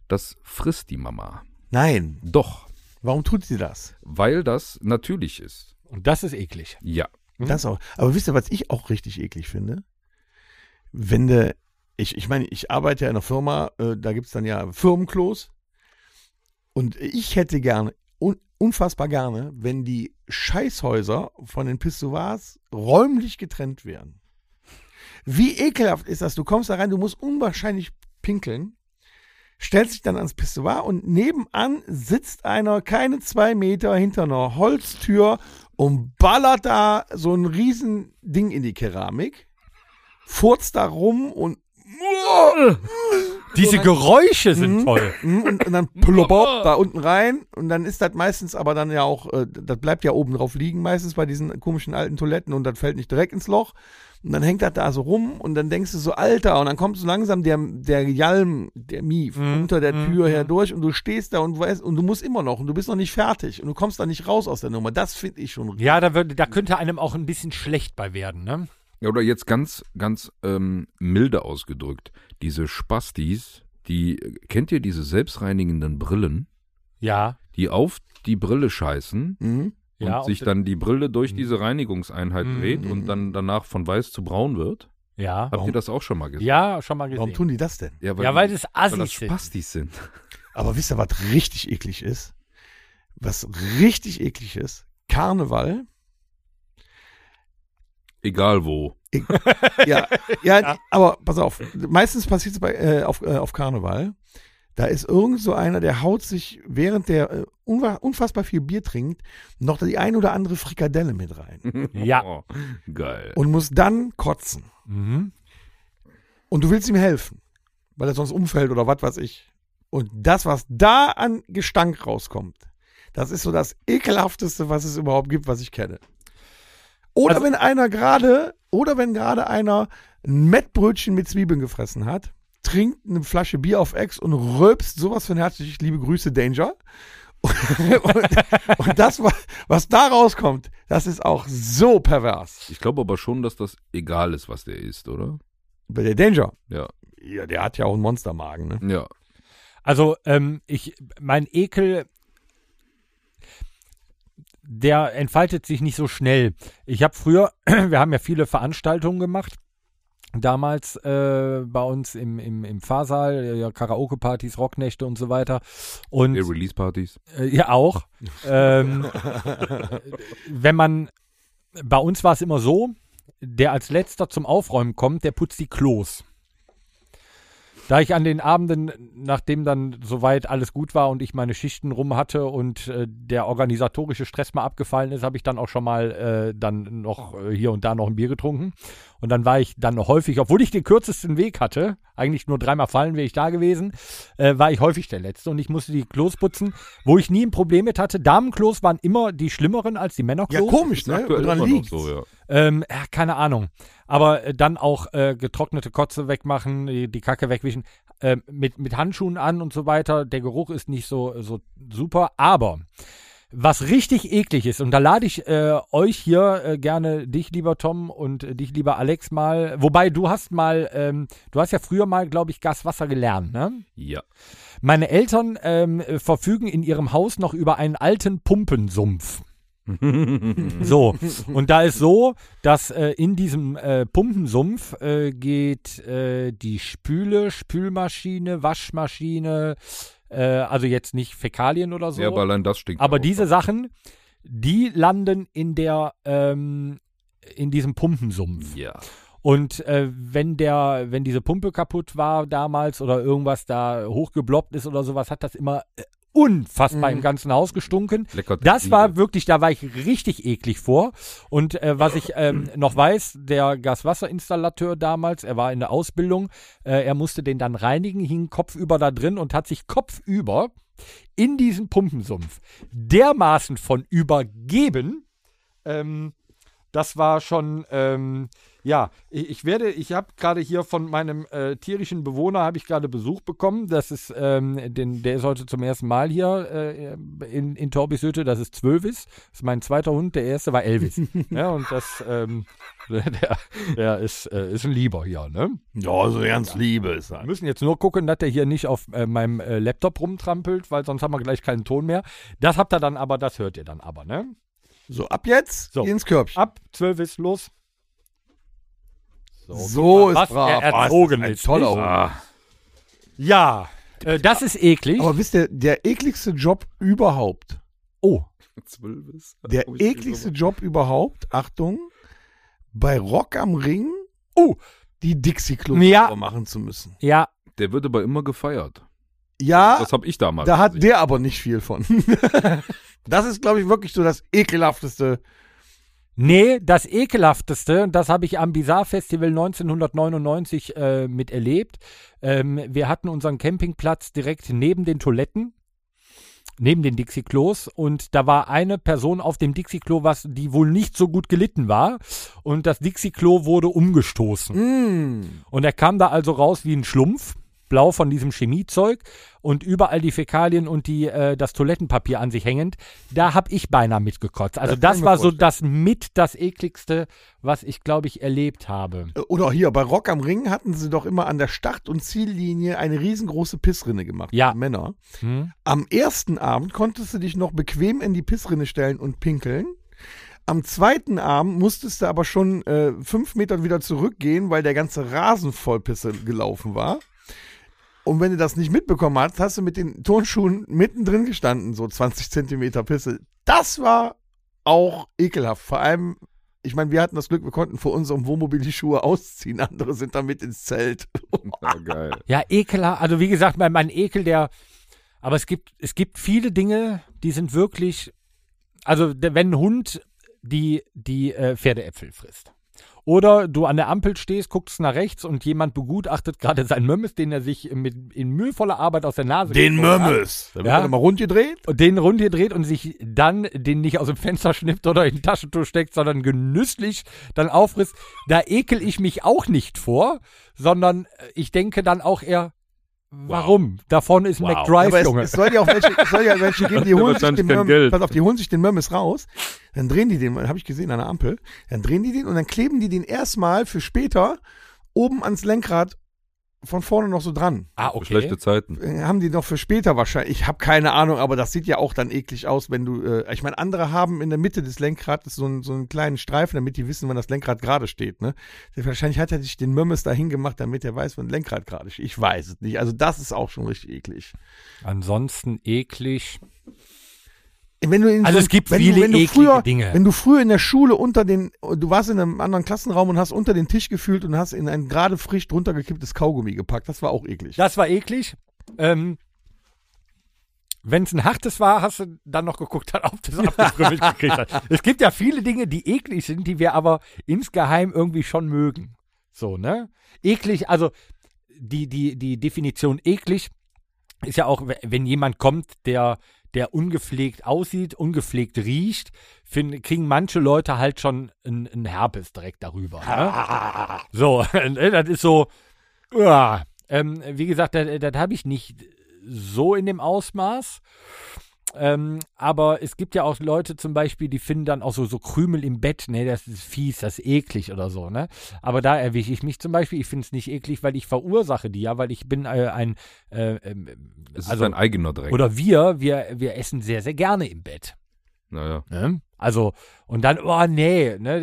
D: Das frisst die Mama.
B: Nein.
D: Doch,
B: Warum tut sie das?
D: weil das natürlich ist.
C: Und das ist eklig.
D: Ja.
B: Das auch. Aber wisst ihr, was ich auch richtig eklig finde? Wenn du, ich, ich meine, ich arbeite ja in einer Firma, äh, da gibt es dann ja Firmenklos. Und ich hätte gerne, un, unfassbar gerne, wenn die Scheißhäuser von den Pissoirs räumlich getrennt wären. Wie ekelhaft ist das? Du kommst da rein, du musst unwahrscheinlich pinkeln, stellst dich dann ans Pissoir und nebenan sitzt einer keine zwei Meter hinter einer Holztür und ballert da so ein riesen Ding in die Keramik, furzt da rum und
C: Diese Geräusche sind toll.
B: Mm, und, und dann plopp da unten rein und dann ist das meistens aber dann ja auch, äh, das bleibt ja oben drauf liegen meistens bei diesen komischen alten Toiletten und das fällt nicht direkt ins Loch und dann hängt das da so rum und dann denkst du so, Alter, und dann kommt so langsam der, der Jalm, der Mief unter der Tür herdurch und du stehst da und weißt, und du musst immer noch und du bist noch nicht fertig und du kommst da nicht raus aus der Nummer. Das finde ich schon
C: Ja, da, würde, da könnte einem auch ein bisschen schlecht bei werden, ne?
D: Oder jetzt ganz, ganz ähm, milde ausgedrückt, diese Spastis, die, kennt ihr diese selbstreinigenden Brillen,
C: Ja.
D: die auf die Brille scheißen
B: Mhm.
D: und
C: ja, Mhm.
D: sich
C: und-
D: dann die Brille durch diese Reinigungseinheit
C: Mhm,
D: dreht und dann danach von weiß zu braun wird?
C: Ja.
D: Habt ihr das auch schon mal gesehen?
C: Ja, schon mal gesehen.
B: Warum tun die das denn?
C: Ja, weil
D: die-
C: das
D: weil das
C: Assis sind.
D: Spastis sind. *laughs*
B: Aber wisst ihr, was richtig eklig ist? Was richtig eklig ist? Karneval.
D: Egal wo.
B: ja, ja, aber pass auf, meistens passiert es bei, äh, auf, äh, auf Karneval. Da ist irgend so einer, der haut sich, während der äh, unwa- unfassbar viel Bier trinkt, noch die ein oder andere Frikadelle mit rein
C: *laughs* Ja.
D: Oh, geil.
B: und muss dann kotzen.
C: Mhm.
B: Und du willst ihm helfen, weil er sonst umfällt oder was weiß ich. Und das, was da an Gestank rauskommt, das ist so das ekelhafteste, was es überhaupt gibt, was ich kenne. Oder
C: Also-
B: wenn einer gerade, oder wenn gerade einer ein Mettbrötchen mit Zwiebeln gefressen hat, trinkt eine Flasche Bier auf Ex und röpst sowas von herzlich, liebe Grüße, Danger. *laughs* und, und das, wa- was da rauskommt, das ist auch so pervers.
D: Ich glaube aber schon, dass das egal ist, was der isst, oder?
B: Bei der Danger,
D: Ja.
B: ja, der hat ja auch einen Monstermagen, ne?
D: Ja.
C: Also, ähm, ich, mein Ekel, der entfaltet sich nicht so schnell. Ich habe früher, *clears throat* wir haben ja viele Veranstaltungen gemacht. Damals äh, bei uns im, im, im Fahrsaal, äh, ja, Karaoke-Partys, Rocknächte und so weiter. Und
D: Der Release-Partys.
C: Äh, Ja, *laughs* auch. ähm, wenn man, bei uns war es immer so, der als letzter zum Aufräumen kommt, der putzt die Klos. Da ich an den Abenden, nachdem dann soweit alles gut war und ich meine Schichten rum hatte und äh, der organisatorische Stress mal abgefallen ist, habe ich dann auch schon mal äh, dann noch äh, hier und da noch ein Bier getrunken. Und dann war ich dann häufig, obwohl ich den kürzesten Weg hatte, eigentlich nur dreimal fallen wäre ich da gewesen, äh, war ich häufig der Letzte und ich musste die Klos putzen, wo ich nie ein Problem mit hatte. Damenklos waren immer die schlimmeren als die Männerklos.
B: Ja, komisch, ne?
D: Aktuell
B: Woran
D: immer noch
B: liegt's?
D: so, ja.
C: Ähm, ja, keine Ahnung. Aber äh, dann auch äh, getrocknete Kotze wegmachen, die, die Kacke wegwischen, äh, mit, mit Handschuhen an und so weiter. Der Geruch ist nicht so, so super. Aber was richtig eklig ist, und da lade ich äh, euch hier äh, gerne, dich lieber Tom und äh, dich lieber Alex mal, wobei du hast mal, ähm, du hast ja früher mal, glaube ich, Gaswasser gelernt, ne?
D: Ja.
C: Meine Eltern ähm, äh, verfügen in ihrem Haus noch über einen alten
D: *laughs*
C: Pumpensumpf. so, und da ist so, dass äh, in diesem äh, Pumpensumpf äh, geht äh, die Spüle, Spülmaschine, Waschmaschine, äh, also jetzt nicht Fäkalien oder so.
D: Ja, aber allein das stinkt.
C: Aber
D: auch.
C: diese Sachen, die landen in der, ähm, in diesem Pumpensumpf.
D: Ja.
C: Und äh, wenn der, wenn diese Pumpe kaputt war damals oder irgendwas da hochgebloppt ist oder sowas, hat das immer äh, unfassbar im ganzen Haus gestunken.
D: Lecker
C: Das
D: Zwiebel.
C: war wirklich, da war ich richtig eklig vor. Und äh, was ich ähm, noch weiß, der Gaswasserinstallateur damals, er war in der Ausbildung, äh, er musste den dann reinigen, hing kopfüber da drin und hat sich kopfüber in diesen Pumpensumpf dermaßen von übergeben, ähm, das war schon, ähm, ja, ich, ich werde, ich habe gerade hier von meinem äh, tierischen Bewohner, habe ich gerade Besuch bekommen. Das ist, ähm, den, der ist heute zum ersten Mal hier äh, in, in Torbisöte, das ist Zwölvis. Das ist mein zweiter Hund, der erste war Elvis. ja, und das, ähm, der, der ist, äh, ist ein Lieber hier, ne?
B: Ja, so ganz Liebe ist das.
C: Wir müssen jetzt nur gucken, dass der hier nicht auf äh, meinem äh, Laptop rumtrampelt, weil sonst haben wir gleich keinen Ton mehr. Das habt ihr dann aber, das hört ihr dann aber, ne?
B: So, ab jetzt
C: So.
B: ins Körbchen.
C: Ab 12 ist los.
B: so
C: was
B: ist brav.
C: er
B: Ah, ist
C: erzogen
B: ein
C: ist,
B: toller
C: nicht?
B: Hund.
D: Ah,
C: Ja, äh, das ist eklig.
B: Aber wisst ihr, der ekligste Job überhaupt,
C: oh,
D: zwölf ist.
B: der
D: Hab ich nicht
B: ekligste
D: gemacht.
B: Job überhaupt, Achtung, bei Rock am Ring, uh,
C: Oh.
B: die dixie club
C: Ja.
B: machen zu müssen.
C: ja,
D: Der wird aber immer gefeiert.
C: Ah,
B: Ja,
D: das habe ich damals.
B: da hat
D: gesehen.
B: der aber nicht viel von. *laughs* das ist, glaube ich, wirklich so das ekelhafteste.
C: nee, das ekelhafteste, und das habe ich am Bizarre Festival 1999 äh, miterlebt. Ähm, wir hatten unseren Campingplatz direkt neben den Toiletten. Neben den Dixie-Klos und da war eine Person auf dem Dixie-Klo, was die wohl nicht so gut gelitten war. Und das Dixie-Klo wurde umgestoßen.
B: Mm.
C: Und er kam da also raus wie ein Schlumpf, blau von diesem Chemiezeug und überall die Fäkalien und die, äh, das Toilettenpapier an sich hängend. Da hab ich beinahe mitgekotzt. Also das,
B: ich mir
C: war so das mit das ekligste, was ich, glaube ich, erlebt habe.
B: Äh, Oder hier, bei Rock am Ring hatten sie doch immer an der Start- und Ziellinie eine riesengroße Pissrinne gemacht.
C: Ja.
B: die Männer.
C: Hm?
B: Am ersten Abend konntest du dich noch bequem in die Pissrinne stellen und pinkeln. Am zweiten Abend musstest du aber schon äh, fünf Metern wieder zurückgehen, weil der ganze Rasen voll Pisse gelaufen war. Und wenn du das nicht mitbekommen hast, hast du mit den Turnschuhen mittendrin gestanden, so 20 Zentimeter Pisse. Das war auch ekelhaft. Vor allem, ich meine, wir hatten das Glück, wir konnten vor unserem Wohnmobil die Schuhe ausziehen. Andere sind damit ins Zelt. Also,
D: Ah, *laughs* geil.
C: Ja, ekeler. Also wie gesagt, mein, mein Ekel, der. Aber es gibt, es gibt viele Dinge, die sind wirklich. Also de- wenn ein Hund die, die äh, Pferdeäpfel frisst. Oder du an der Ampel stehst, guckst nach rechts und jemand begutachtet gerade seinen Mömmes, den er sich mit, in mühevoller Arbeit aus der Nase gezogen hat.
B: Da wird
C: Ja.
B: er mal rundgedreht.
C: Und den rund hier dreht und sich dann den nicht aus dem Fenster schnippt oder in die Taschentuch steckt, sondern genüsslich dann auffrisst, da ekel ich mich auch nicht vor, sondern äh, ich denke dann auch eher, warum? Da vorne ist ein McDrive,
B: Aber
C: Junge.
B: Es, es soll ja auch welche, es soll ja welche
D: *laughs*
B: geben, die
D: Ja,
B: holen sich
D: wahrscheinlich
B: den
D: kein
B: Mörm,
D: Geld.
B: pass auf, die holen sich den Mörmes raus, dann drehen die den, habe ich gesehen an der Ampel, dann drehen die den und dann kleben die den erstmal für später oben ans Lenkrad von vorne noch so dran.
C: ah,
D: Für Schlechte Zeiten.
B: Äh, Haben die noch für später wahrscheinlich. Ich habe keine Ahnung, aber das sieht ja auch dann eklig aus, wenn du. Äh, ich meine, andere haben in der Mitte des Lenkrads so einen, so einen kleinen Streifen, damit die wissen, wann das Lenkrad gerade steht. Ne? Wahrscheinlich hat er sich den Mörmes dahin gemacht, damit er weiß, wann das Lenkrad gerade steht. Ich weiß es nicht. Also das ist auch schon richtig eklig.
C: Ansonsten eklig.
B: Wenn du in
C: Also
B: so-
C: es gibt
B: wenn
C: viele
B: du, wenn du
C: eklige
B: früher,
C: Dinge.
B: Wenn du früher in der Schule unter den, du warst in einem anderen Klassenraum und hast unter den Tisch gefühlt und hast in ein gerade frisch drunter gekipptes Kaugummi gepackt, das war auch eklig.
C: Das war eklig. Ähm, wenn es ein hartes war, hast du dann noch geguckt, ob du es abgekrümmelt gekriegt hast. Es gibt ja viele Dinge, die eklig sind, die wir aber insgeheim irgendwie schon mögen. So, ne? Eklig, also die, die, die Definition eklig ist ja auch, we- wenn jemand kommt, der, der ungepflegt aussieht, ungepflegt riecht, find, kriegen manche Leute halt schon einen einen Herpes direkt darüber. Ne? so, *laughs* ne, das ist so, uah. ähm, wie gesagt, das, das habe ich nicht so in dem Ausmaß. Ähm, aber es gibt ja auch Leute zum Beispiel, die finden dann auch so, so Krümel im Bett, ne, das ist fies, das ist eklig oder so, ne. Aber da erwische ich mich zum Beispiel, ich finde es nicht eklig, weil ich verursache die ja, weil ich bin äh, ein, äh, ähm,
D: Es
C: also,
D: ist ein eigener Dreck.
C: oder wir, wir, wir essen sehr, sehr gerne im Bett.
D: naja.
C: Ne? Also, und dann, oh nee, ne?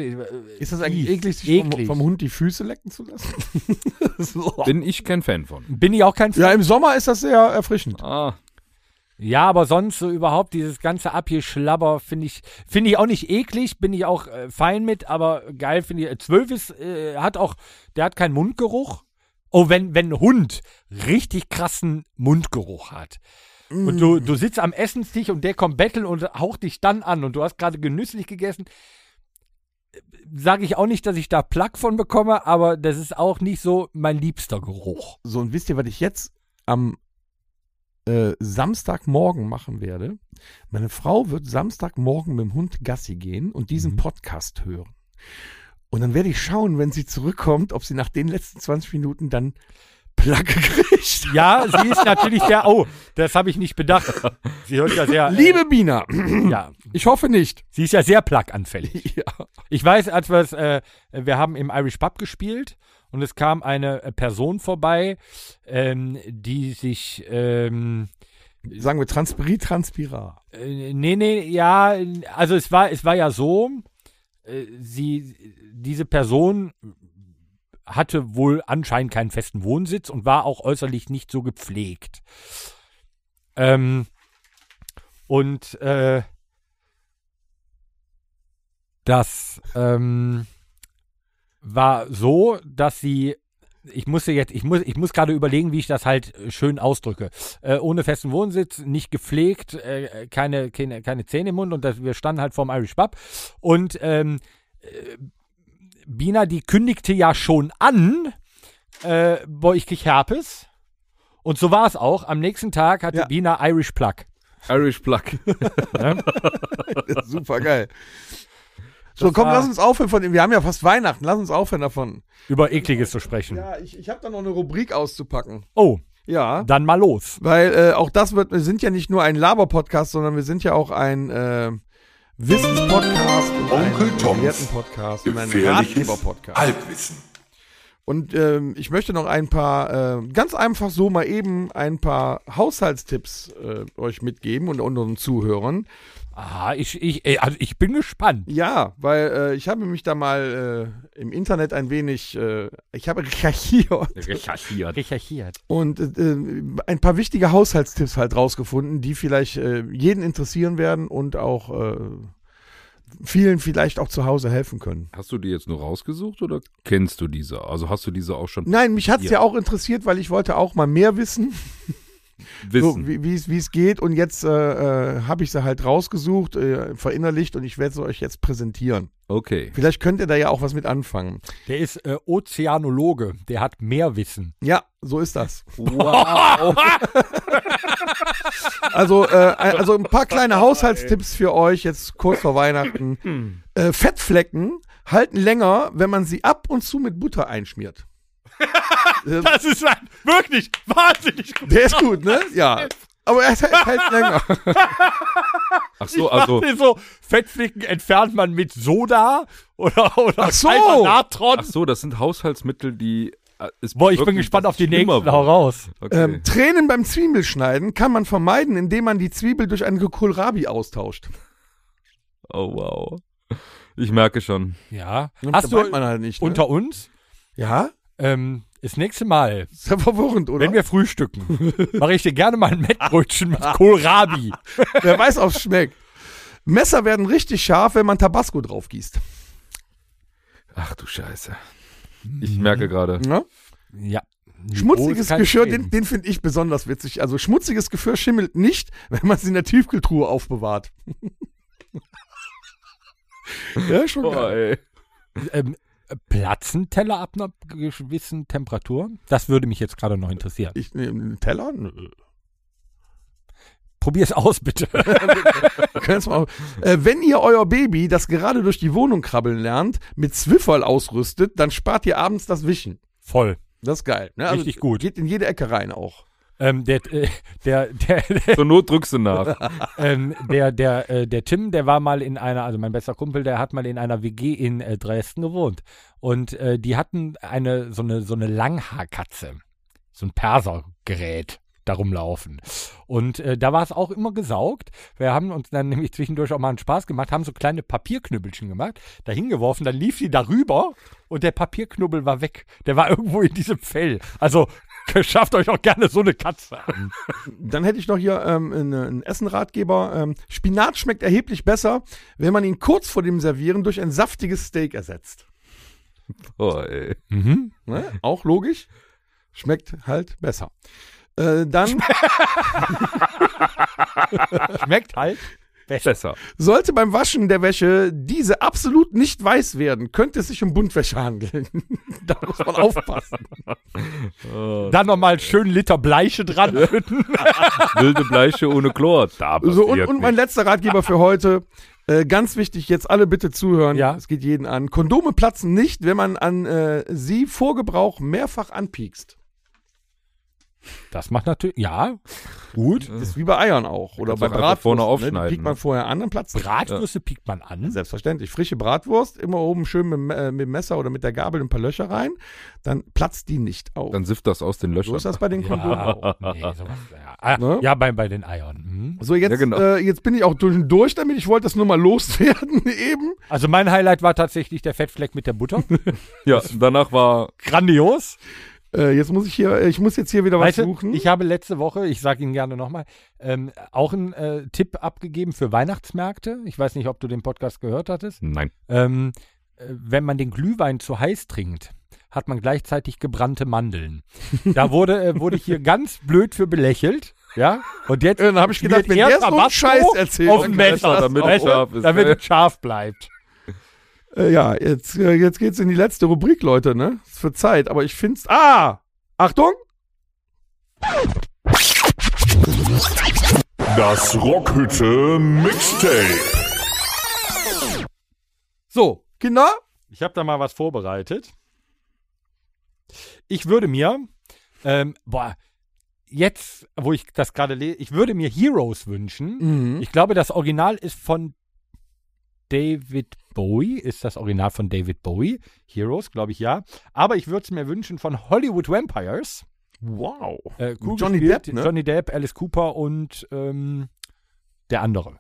B: Ist das eigentlich
C: Ih,
B: eklig, sich
C: eklig.
B: Vom, vom Hund die Füße lecken zu lassen? so.
C: *laughs*
D: Bin ich kein Fan von.
C: Bin ich auch kein Fan.
B: Ja, im Sommer ist das sehr erfrischend.
D: Ah,
C: Ja, aber sonst so überhaupt dieses ganze Abgeschlabber finde ich, finde ich auch nicht eklig, bin ich auch äh, fein mit, aber geil finde ich. Zwölf ist, äh, hat auch, der hat keinen Mundgeruch. Oh, wenn, wenn ein Hund richtig krassen Mundgeruch hat. Und du, du sitzt am Essenstisch und der kommt betteln und haucht dich dann an und du hast gerade genüsslich gegessen. Sage ich auch nicht, dass ich da Plack von bekomme, aber das ist auch nicht so mein liebster Geruch.
B: So, und wisst ihr, was ich jetzt am äh, Samstagmorgen machen werde? Meine Frau wird Samstagmorgen mit dem Hund Gassi gehen und diesen
C: Mhm.
B: Podcast hören. Und dann werde ich schauen, wenn sie zurückkommt, ob sie nach den letzten 20 Minuten dann Plagge kriegt.
C: Ja, sie ist natürlich sehr. Oh, das habe ich nicht bedacht. Sie hört ja sehr. äh,
B: Liebe Bina,
C: Ja,
B: ich hoffe nicht.
C: sie ist ja sehr plaganfällig.
B: *laughs* Ja.
C: Ich weiß, als wir es, äh, wir haben im Irish Pub gespielt und es kam eine äh, Person vorbei, ähm, die sich, ähm,
B: Sagen wir Transpiri Transpira.
C: *laughs* äh, nee, nee, ja, also es war, es war ja so, äh, sie, diese Person hatte wohl anscheinend keinen festen Wohnsitz und war auch äußerlich nicht so gepflegt. Ähm, und äh, das ähm, war so, dass sie, ich musste jetzt, ich muss, ich muss gerade überlegen, wie ich das halt äh, schön ausdrücke. Äh, ohne festen Wohnsitz, nicht gepflegt, äh, keine, keine, keine Zähne im Mund und das, wir standen halt vorm Irish Pub und ähm, äh, Bina, die kündigte ja schon an, äh, boah, ich krieg Herpes. Und so war es auch. Am nächsten Tag hatte
B: Ja.
C: Bina Irish Plug.
D: Irish
C: *laughs*
D: Plug.
B: Super geil. So, komm,
C: war-
B: lass uns aufhören von dem. Wir haben ja fast Weihnachten. Lass uns aufhören davon.
C: Über Ekliges zu sprechen.
B: Ja, ich, ich habe da noch eine Rubrik auszupacken.
C: Oh,
B: Ja.
C: dann mal los.
B: Weil äh, auch das wird, wir sind ja nicht nur ein Laber-Podcast, sondern wir sind ja auch ein äh, Wissens-Podcast und
A: Onkel
B: ein
A: Toms
B: Werten-Podcast und ein
A: Gefährliches
B: Ratgeber-Podcast.
A: Halbwissen.
B: Und ähm, ich möchte noch ein paar, äh, ganz einfach so mal eben ein paar Haushaltstipps äh, euch mitgeben und unseren Zuhörern.
C: Ah, ich, ich, ey, also ich bin gespannt.
B: Ja, weil äh, ich habe mich da mal äh, im Internet ein wenig, äh, ich habe recherchiert
D: Recherchiert.
C: Recherchiert.
B: und äh, ein paar wichtige Haushaltstipps halt rausgefunden, die vielleicht äh, jeden interessieren werden und auch äh, vielen vielleicht auch zu Hause helfen können.
D: Hast du die jetzt nur rausgesucht oder kennst du diese? Also hast du diese auch schon
B: Nein, mich hat es ja.
D: Ja.
B: auch interessiert, weil ich wollte auch mal mehr wissen,
D: wissen?
B: So, wie- wie es- wie es geht. Und jetzt äh, äh, habe ich sie halt rausgesucht, äh, verinnerlicht und ich werde sie euch jetzt präsentieren.
C: *laughs*
D: okay.
B: Vielleicht könnt ihr da ja auch was mit anfangen.
C: Der ist äh, Ozeanologe. Der hat mehr Wissen.
B: Ja, so ist das.
C: Wow.
B: Also,
C: *laughs*
B: äh, also ein paar kleine Haushaltstipps für euch jetzt kurz vor
C: *clears throat* Hm.
B: Weihnachten. Äh, Fettflecken halten länger, wenn man sie ab und zu mit
C: *laughs*
B: Butter einschmiert. Ähm,
C: das ist ein, wirklich wahnsinnig gut.
B: Der ist gut, ne? Ja. Aber er hält
C: *laughs*
B: hält länger.
D: Ach so, also.
C: So, Fettflicken entfernt man mit Soda oder, oder
B: Ach so.
C: kalter Natron.
D: Ach so, das sind Haushaltsmittel, die. äh, es
C: Boah, ich bin
D: bewirken,
C: gespannt
D: dass
C: auf die
D: es schlimmer
C: nächsten.
D: wird.
C: Hau raus.
D: Okay.
B: Ähm, Tränen beim Zwiebelschneiden kann man vermeiden, indem man die Zwiebel durch eine Kohlrabi austauscht.
D: oh, wow. Ich merke schon.
C: Ja.
B: Das
C: Hast du
B: meint man halt nicht. Ne?
C: unter uns?
B: ja?
C: Ähm, das nächste Mal,
B: Ist ja verwirrend, oder?
C: wenn wir
B: *laughs*
C: frühstücken, mache ich dir gerne mal ein Mettbrötchen mit Kohlrabi.
B: Wer weiß, ob's schmeckt. Messer werden richtig scharf, wenn man Tabasco drauf gießt.
D: Ach du Scheiße. Ich
B: *laughs*
D: merke gerade.
B: Ne?
C: Ja.
B: Schmutziges
C: Groß kann
B: Geschirr,
C: stehen.
B: den, den finde ich besonders witzig. Also schmutziges Geschirr schimmelt nicht, *laughs* wenn man es in der Tiefkühltruhe aufbewahrt. *laughs* ja, schon
D: Boah,
B: geil.
D: ey.
C: ähm, platzen Teller ab einer gewissen Temperatur? Das würde mich jetzt gerade noch interessieren.
B: Ich nehme einen Teller. Nö.
C: Probier's aus, bitte. *laughs*
B: Wir können's mal- Äh, wenn ihr euer Baby, das gerade durch die Wohnung krabbeln lernt, mit Zwifferl ausrüstet, dann spart ihr abends das Wischen.
C: Voll.
B: Das ist geil. Ne?
C: Richtig gut.
B: Geht in jede Ecke rein auch.
C: Ähm, der, äh, der, der, der,
D: Zur Not drückst du nach.
C: ähm, der, der, äh, der Tim, der war mal in einer, also mein bester Kumpel, der hat mal in einer WG in äh, Dresden gewohnt. Und äh, die hatten eine, so eine, so eine Langhaarkatze. So ein Persergerät da rumlaufen. Und äh, da war es auch immer gesaugt. Wir haben uns dann nämlich zwischendurch auch mal einen Spaß gemacht, haben so kleine Papierknüppelchen gemacht, da hingeworfen, dann lief die darüber und der Papierknubbel war weg. Der war *laughs* irgendwo in diesem Fell. Also *laughs* schafft euch auch gerne so eine Katze an.
B: Dann hätte ich noch hier ähm, einen, einen Essen-Ratgeber. Ähm, Spinat schmeckt erheblich besser, wenn man ihn kurz vor dem Servieren durch ein saftiges Steak ersetzt.
D: Oh, ey.
B: Ne? Auch logisch. Schmeckt halt besser. Äh,
D: *laughs*
B: dann
C: Schmeckt halt.
D: Besser.
B: sollte beim Waschen der Wäsche diese absolut nicht weiß werden, könnte es sich um Buntwäsche handeln. *laughs* da muss man aufpassen.
C: Dann nochmal einen schönen Liter Bleiche dran.
D: Wilde Bleiche ohne Chlor. Da
B: So, und,
D: passiert
B: und mein
D: nichts.
B: letzter Ratgeber für heute. Äh, ganz wichtig, jetzt alle bitte zuhören.
C: Ja.
B: Es geht jeden an. Kondome platzen nicht, wenn man an äh, sie vor Gebrauch mehrfach anpiekst.
C: Das macht natürlich, ja, gut.
B: Das ist wie bei Eiern auch. Oder
D: kannst
B: bei
D: doch einfach
B: Bratwurst.
D: vorne
B: Ne?
D: aufschneiden,
B: Die Piekt man
D: ne?
B: vorher an, dann platzt sie.
C: Bratwürste piekt man an.
B: Selbstverständlich. Frische Bratwurst, immer oben schön mit, dem, äh, mit dem Messer oder mit der Gabel ein paar Löcher rein. Dann platzt die nicht auf.
D: Dann sift das aus den Löchern.
B: so ist das bei den Kondomen auch.
C: nee, Ah, sowas, ja. Ah,
B: Ne?
C: ja, bei, bei den Eiern. Mhm.
B: So, jetzt,
D: Ja, genau.
B: äh, jetzt bin ich auch durch, durch damit. Ich wollte das nur mal *laughs* loswerden eben.
C: Also mein Highlight war tatsächlich der Fettfleck mit der Butter.
D: ja, danach war
C: Grandios.
B: Äh, jetzt muss ich hier, ich muss jetzt hier wieder
C: Weißt
B: was
C: du,
B: suchen.
C: ich habe letzte Woche, ich sage Ihnen gerne nochmal, ähm, auch einen äh, Tipp abgegeben für Weihnachtsmärkte. Ich weiß nicht, ob du den Podcast gehört hattest.
D: Nein.
C: Ähm, äh, wenn man den Glühwein zu heiß trinkt, hat man gleichzeitig gebrannte Mandeln. Da wurde, äh, wurde ich hier ganz blöd für belächelt. Ja, und jetzt
B: Äh, dann habe ich
C: schmiert
B: gedacht, wenn der
C: er
B: so einen
C: Tabasco
B: Scheiß erzählt,
C: auf
B: dann
C: dem
B: kann
C: Messer,
D: das damit
C: damit,
D: es scharf ist,
C: damit
D: ne?
C: es scharf bleibt.
B: Äh, ja, jetzt, äh, jetzt geht's in die letzte Rubrik, Leute, ne? Ist für Zeit, aber ich find's. Ah! Achtung!
A: Das Rockhütte Mixtape.
B: So, Kinder,
C: Ich habe da mal was vorbereitet. Ich würde mir, ähm, boah, jetzt, wo ich das gerade lese, ich würde mir Heroes
B: Mhm. Hm?
C: wünschen. Ich glaube, das Original ist von David Bowie. Ist das Original von David Bowie? Heroes, glaube ich ja. Aber ich würde es mir wünschen von Hollywood Vampires.
B: Wow.
C: Äh, cool
B: Mit Johnny
C: gespielt,
B: Depp, ne?
C: Johnny Depp, Alice Cooper und ähm, der andere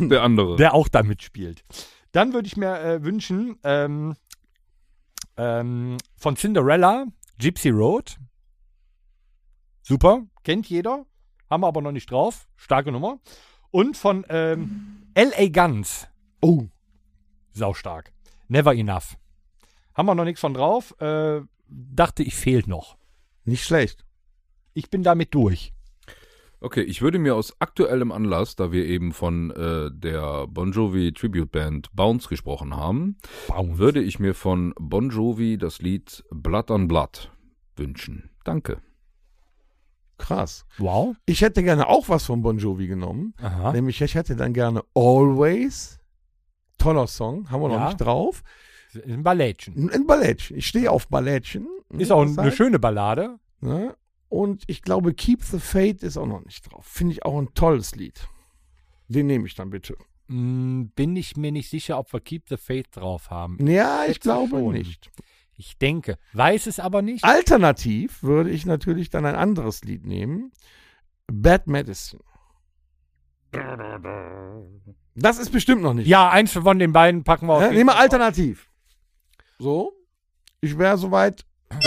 D: der andere.
C: der auch da mitspielt. Dann würde ich mir äh, wünschen, ähm, ähm, von Cinderella, Gypsy Road. Super, kennt jeder. Haben wir aber noch nicht drauf. Starke Nummer. Und von ähm, L.A. Guns.
B: Oh.
C: Saustark. Never Enough. Haben wir noch nichts von drauf. Äh, dachte ich, fehlt noch.
B: Nicht schlecht.
C: Ich bin damit durch.
D: Okay, ich würde mir aus aktuellem Anlass, da wir eben von äh, der Bon Jovi Tribute Band Bounce gesprochen haben,
C: Baum.
D: würde ich mir von Bon Jovi das Lied Blood on Blood wünschen. Danke.
B: Krass.
C: Wow.
B: Ich hätte gerne auch was von Bon Jovi genommen.
C: Aha.
B: Nämlich, ich hätte dann gerne Always. Toller Song, haben wir noch
C: Ja.
B: nicht drauf.
C: Ein Ballettchen.
B: Ein ein Ballettchen. Ich stehe auf Ballettchen.
C: Ist auch eine
B: schöne.
C: schöne Ballade.
B: Ne? Und ich glaube, Keep the Faith ist auch noch nicht drauf. Finde ich auch ein tolles Lied. Den nehme ich dann bitte.
C: Mm, bin ich mir nicht sicher, ob wir Keep the Faith drauf haben.
B: Ja, ich
C: Hätte
B: glaube
C: schon.
B: nicht.
C: Ich denke, weiß es aber nicht.
B: Alternativ würde ich natürlich dann ein anderes Lied nehmen. Bad Medicine. Das ist bestimmt noch nicht.
C: Ja, eins von den beiden packen wir auf.
B: Ne?
C: jeden
B: Nehmen wir
C: Fall drauf.
B: alternativ. So. Ich wäre soweit durch.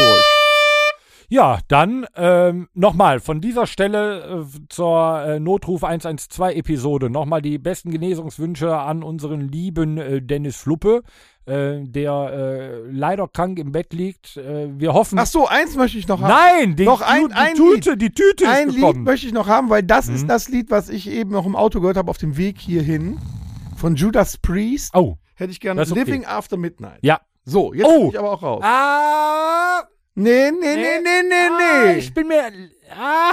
C: Ja, dann ähm, nochmal von dieser Stelle äh, zur äh, Notruf 112-Episode nochmal die besten Genesungswünsche an unseren lieben äh, Dennis Fluppe, äh, der äh, leider krank im Bett liegt. Äh, wir hoffen.
B: Ach so, eins möchte ich noch haben.
C: Nein, die,
B: Doch, ein-
C: die,
B: ein
C: Tüte, die Tüte
B: ein
C: ist
B: Lied
C: gekommen. Mhm.
B: möchte ich noch haben, weil das ist das Lied, was ich eben noch im Auto gehört habe auf dem Weg hierhin. Von Judas Priest.
C: oh,
B: Hätte ich gerne
C: Das ist okay.
B: Living After Midnight.
C: ja.
B: So, jetzt
C: Oh.
B: bin ich aber auch raus.
C: Ah!
B: Nee, nee, nee, nee, nee,
C: Ah,
B: nee.
C: ich bin mir. Ah,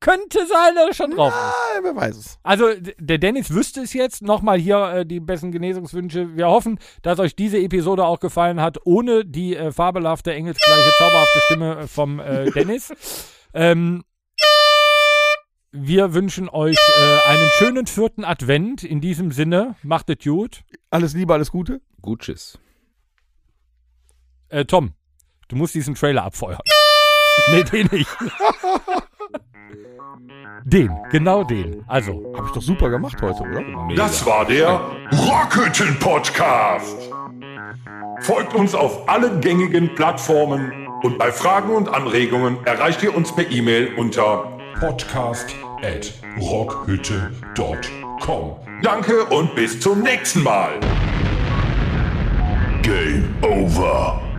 C: könnte sein, dass er schon drauf ist.
B: Ah, wer weiß es.
C: Also, d- der Dennis wüsste es jetzt. Nochmal hier äh, die besten Genesungswünsche. Wir hoffen, dass euch diese Episode auch gefallen hat,
B: *laughs*
C: ohne die äh, fabelhafte, engelsgleiche, zauberhafte Stimme äh, vom äh, Dennis. ähm, Wir wünschen euch äh, einen schönen vierten Advent. In diesem Sinne, macht es gut.
B: Alles Liebe, alles Gute.
D: Gut, tschüss.
C: Äh, Tom, du musst diesen Trailer abfeuern. Nee, den nicht. Den, genau den. Also,
B: Hab ich doch super gemacht heute, oder?
A: Das war der Rockhütten Podcast. Folgt uns auf allen gängigen Plattformen und bei Fragen und Anregungen erreicht ihr uns per E-Mail unter podcast@rockhütte.com. Danke und bis zum nächsten Mal. Game over.